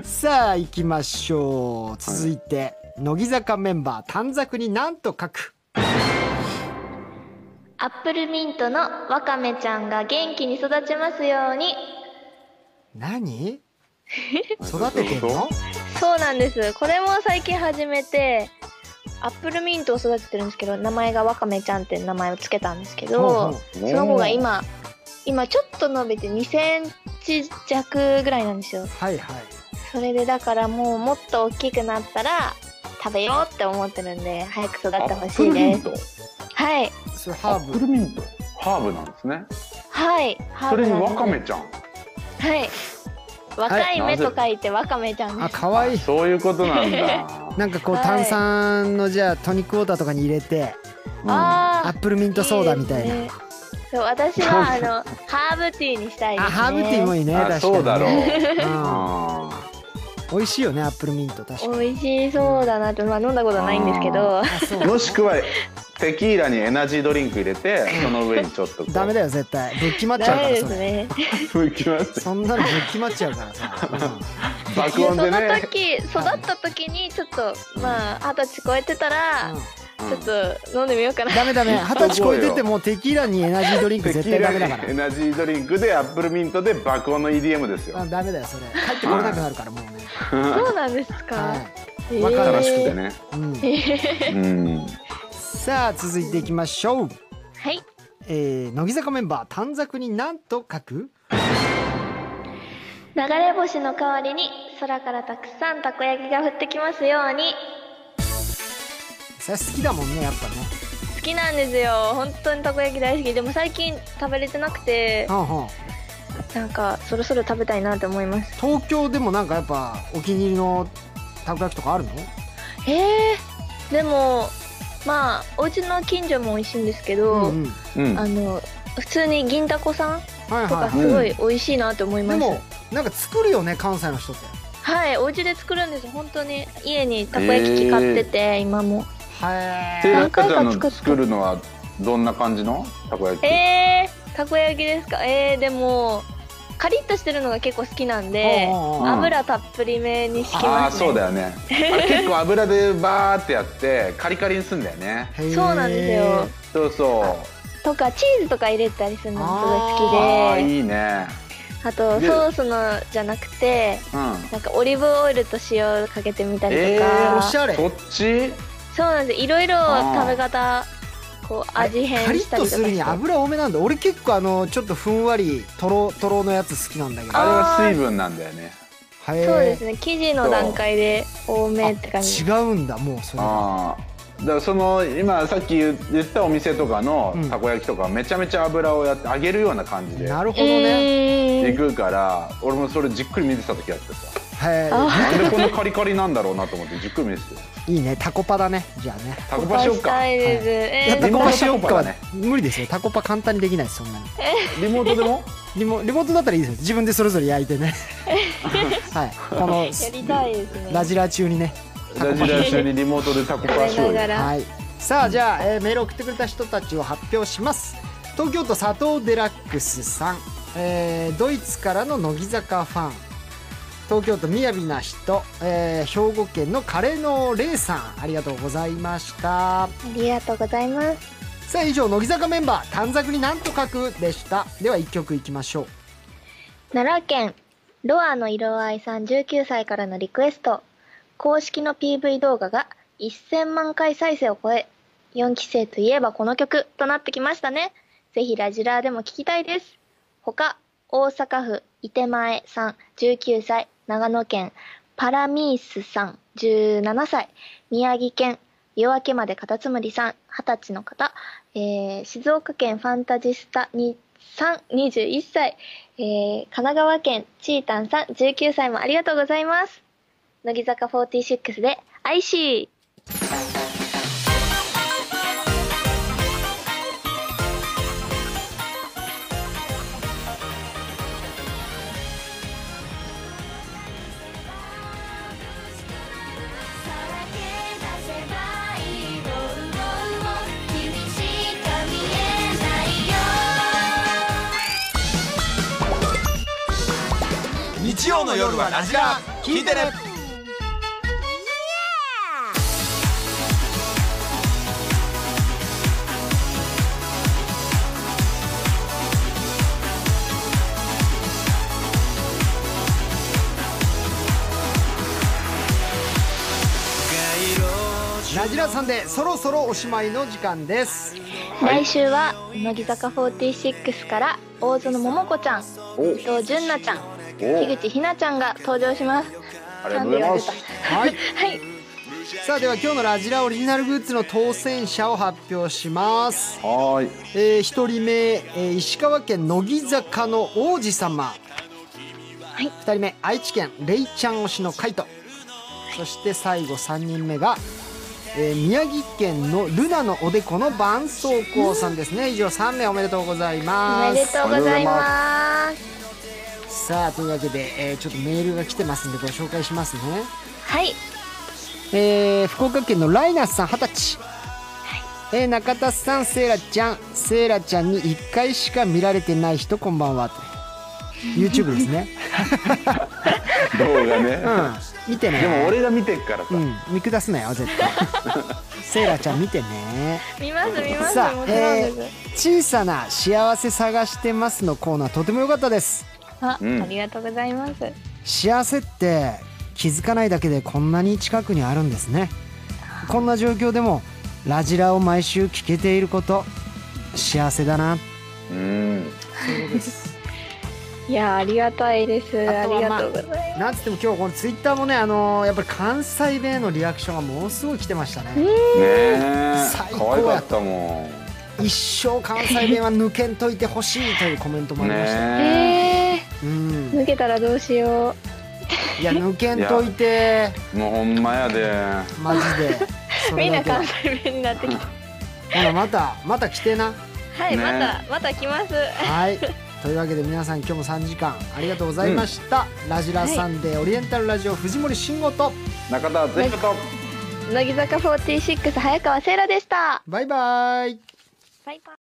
さあ行きましょう。続いて、乃木坂メンバー短冊になんと書く。
アップルミントのわかめちゃんが元気に育ちますように
何？育ててんの？
そうなんですこれも最近始めてアップルミントを育ててるんですけど名前がわかめちゃんって名前をつけたんですけ
ほう
ど
ほ
その子が今今ちょっと伸びて2センチ弱ぐらいなんですよ
はいはい。
それでだからもうもっと大きくなったら食べようって思ってるんで早く育ってほしいです
ト
はい
それハ
ア
ー
ップ
ブ。
ルミントハーブなんですね
はいハー
そ
ブ
れに
なんで
わかめちゃん
はい若い目と書いてわかめちゃん
あ
です
可愛い。
そういうことなんだ
なんかこう
はい
炭酸のじゃあトニックウォーターとかに入れて
あ
ア
ー
ップルミントソーダみたい
いいで
な。
すねそう私はあのハーブティーにしたいで
あ
すね
ハーブティーもいいね
あ
確かにね。
そう だろう
うん
あ
美味しいよねアップルミント確かに。
美味しそうだなとまあ飲んだことないんですけど
あそう
ーもしくはテキーラにエナジードリンク入れてその上にちょっとこう
ダメだよ絶対ぶっ決まっちゃ
ダ
うか
メ
ら
で
そ
す
れ
ね
吹き ます
そんなのぶっ決まっちゃうからさ、
爆音
そ
で
の
ね
時育った時にちょっとまあ二十歳超えてたら
うん
ちょっと飲んでみようかな
ダメダメ二十歳超えててもテキーラにエナジードリンク
テ
絶
キー
対
ラ
ダメ
に
だから
エナジードリンクでアップルミントで爆音の EDM ですよ
あダメだよそれ帰ってこれなくなるからもうね、
そうなんですか。
は
え
わかる
楽しくてね
いうん、
うん
さあ続いていきましょう、
はい
えー乃木坂メンバー短冊に何と書く
流れ星の代わりに空からたくさんたこ焼きが降ってきますように
それは好きだもんねやっぱね
好きなんですよ本当にたこ焼き大好きでも最近食べれてなくて
はんはん
なんかそろそろ食べたいなって思います
東京でもなんかやっぱお気に入りのたこ焼きとかあるの
えー、でもまあお家の近所も美味しいんですけど、
んん、
うん
あの普通に銀だこさん
はい
とか
は
すごい美味しいなって思い
い
ま、
ですもなんか作るよね関西の人って
はいお家で作るんです本当に家にたこ焼き器買ってて、今も
は
で
い
赤ちゃん
何回か作っ
の
た
作るのはどんな感じのたこ焼き、
えー、たこ焼きですかえー、でもカリッとしてるのが結構好きなんで
おうおうお
う
油たっぷりめに敷き
あ
ま
あ
す、
そう
ね、
だよねあれ結構油でバーってやってカリカリにすんだよね
へー
そうなんですよ
そうそ
とかチーズとか入れたりするのもす
うあ
ご
あ
い好きで
いいね
あとソ
で
ースのじゃなくて
うん
なんかオリーブオイルと塩かけてみたりとか、
えー
おしゃれ
そっち
そうなんですいろいろ食べ方こう味
カ
変
リ
し
ッ
たり
と
とか
するに油多めなんだ俺結構あのちょっとふんわりとろとろのやつ好きなんだけど
あれ
は
は水分なんだよね
い
そうですね生地の段階で多めって感じ
あ違うんだもうそれは
ああだからその今さっき言言ったお店とかの
うん
たこ焼きとかめちゃめちゃ油をやって揚げるような感じで
なるほどね、
い
えー
くから俺もそれじっくり見てた時やってさ
へー
なんでこんなカリカリなんだろうなと思ってじっくり見てたよ
いいねタコパだねじゃあね
タコパしよう
し
か
たいです、
いや
え
タ
リ
ー
コ
モ
パ
ー
し
ト
よ
タ
っ
コ
か
パ
は
だね
無理ですよタコパ簡単にできないですそんなに
リモートでも
リモリモートだったらいいですよ自分でそれぞれ焼いてね はいこの
やりたいですね
ラジラ中にね
ラジラ中にリモートでタコパ
食
しよ
べな
うよ
がら
はいさあじゃあ、えーメール送ってくれた人たちを発表します東京都佐藤デラックスさん、えードイツからの乃木坂ファン東京都みやびな人、えー兵庫県のカレーのレイさんありがとうございました
ありがとうございます
さあ以上乃木坂メンバー短冊になんと書くでしたでは1曲いきましょう
奈良県ロアの色合いさん19歳からのリクエスト公式の PV 動画が1000万回再生を超え4期生といえばこの曲となってきましたねぜひラジラーでも聞きたいです他大阪府伊手前さん19歳長野県パラミースさん17歳宮城県夜明けまでカタツムリさん20歳の方、えー静岡県ファンタジスタにさん21歳えー神奈川県ちーたんさん19歳もありがとうございます乃木坂46で「アイシ
さらけ出せばいいのうのうを君しか見えないよ
日曜の夜はラジラ聞いてね
ラジラさんでそろそろおしまいの時間です
ー」来週は乃木坂46から大園桃子ちゃん伊藤純奈ちゃん
お
樋口ひなちゃんが登場します
ありがとうございます
はい
はい
さあでは今日のラジラオリジナルグッズの当選者を発表します、
はーい
えー、1人目、えー石川県乃木坂の王子様、はい、2人目愛知県レイちゃん推しの海人そして最後3人目が、えー宮城県のルナのおでこの絆創膏さんですね以上3名おめでとうございます
おめでとうございます
さあというわけで、えーちょっとメールが来てますんでご紹介しますね
はい
えー福岡県のライナスさん二十歳、えー中田さんセイラちゃんセイラちゃんに1回しか見られてない人こんばんはと YouTube ですね、
動画ね
うん、見てね
でも俺が見てっからさ
うん見下すなよ絶対セイラちゃん見てね
見ます見ます
さ
も
あ、
ちろん
え
です、
ー小さな幸せ探してます」のコーナーとても良かったです
あ
うん
ありがとうございます
幸せって気づかないだけでこんなに近くにあるんですねこんな状況でもラジラを毎週聞けていること幸せだな
うん。
いやありがたいですあ
あとは
り
まあ
がとうございます
なんつっても今日このツイッターもねあのーやっぱり関西弁へのリアクションがものすごい来てましたね
ねえ
最。
可
高や
愛かったもん。
一生関西弁は抜けんといてほしいというコメントもありま した、
ね
う
え
ん
ー、抜けたらどうしよ
いや抜けんといて
え。もうほんまやで。
マジ でそうれ
みん
だ
な
けは
関西弁になってきた
ほらまたまた来てな
はい、
ね
またまた来ます
はいというわけで皆さん今日も3時間ありがとうございました、ラジラサンデー、オリエンタルラジオ藤森慎吾と
中田敦彦と。
乃木坂46早川せいらでした
バイバイ
バイバイ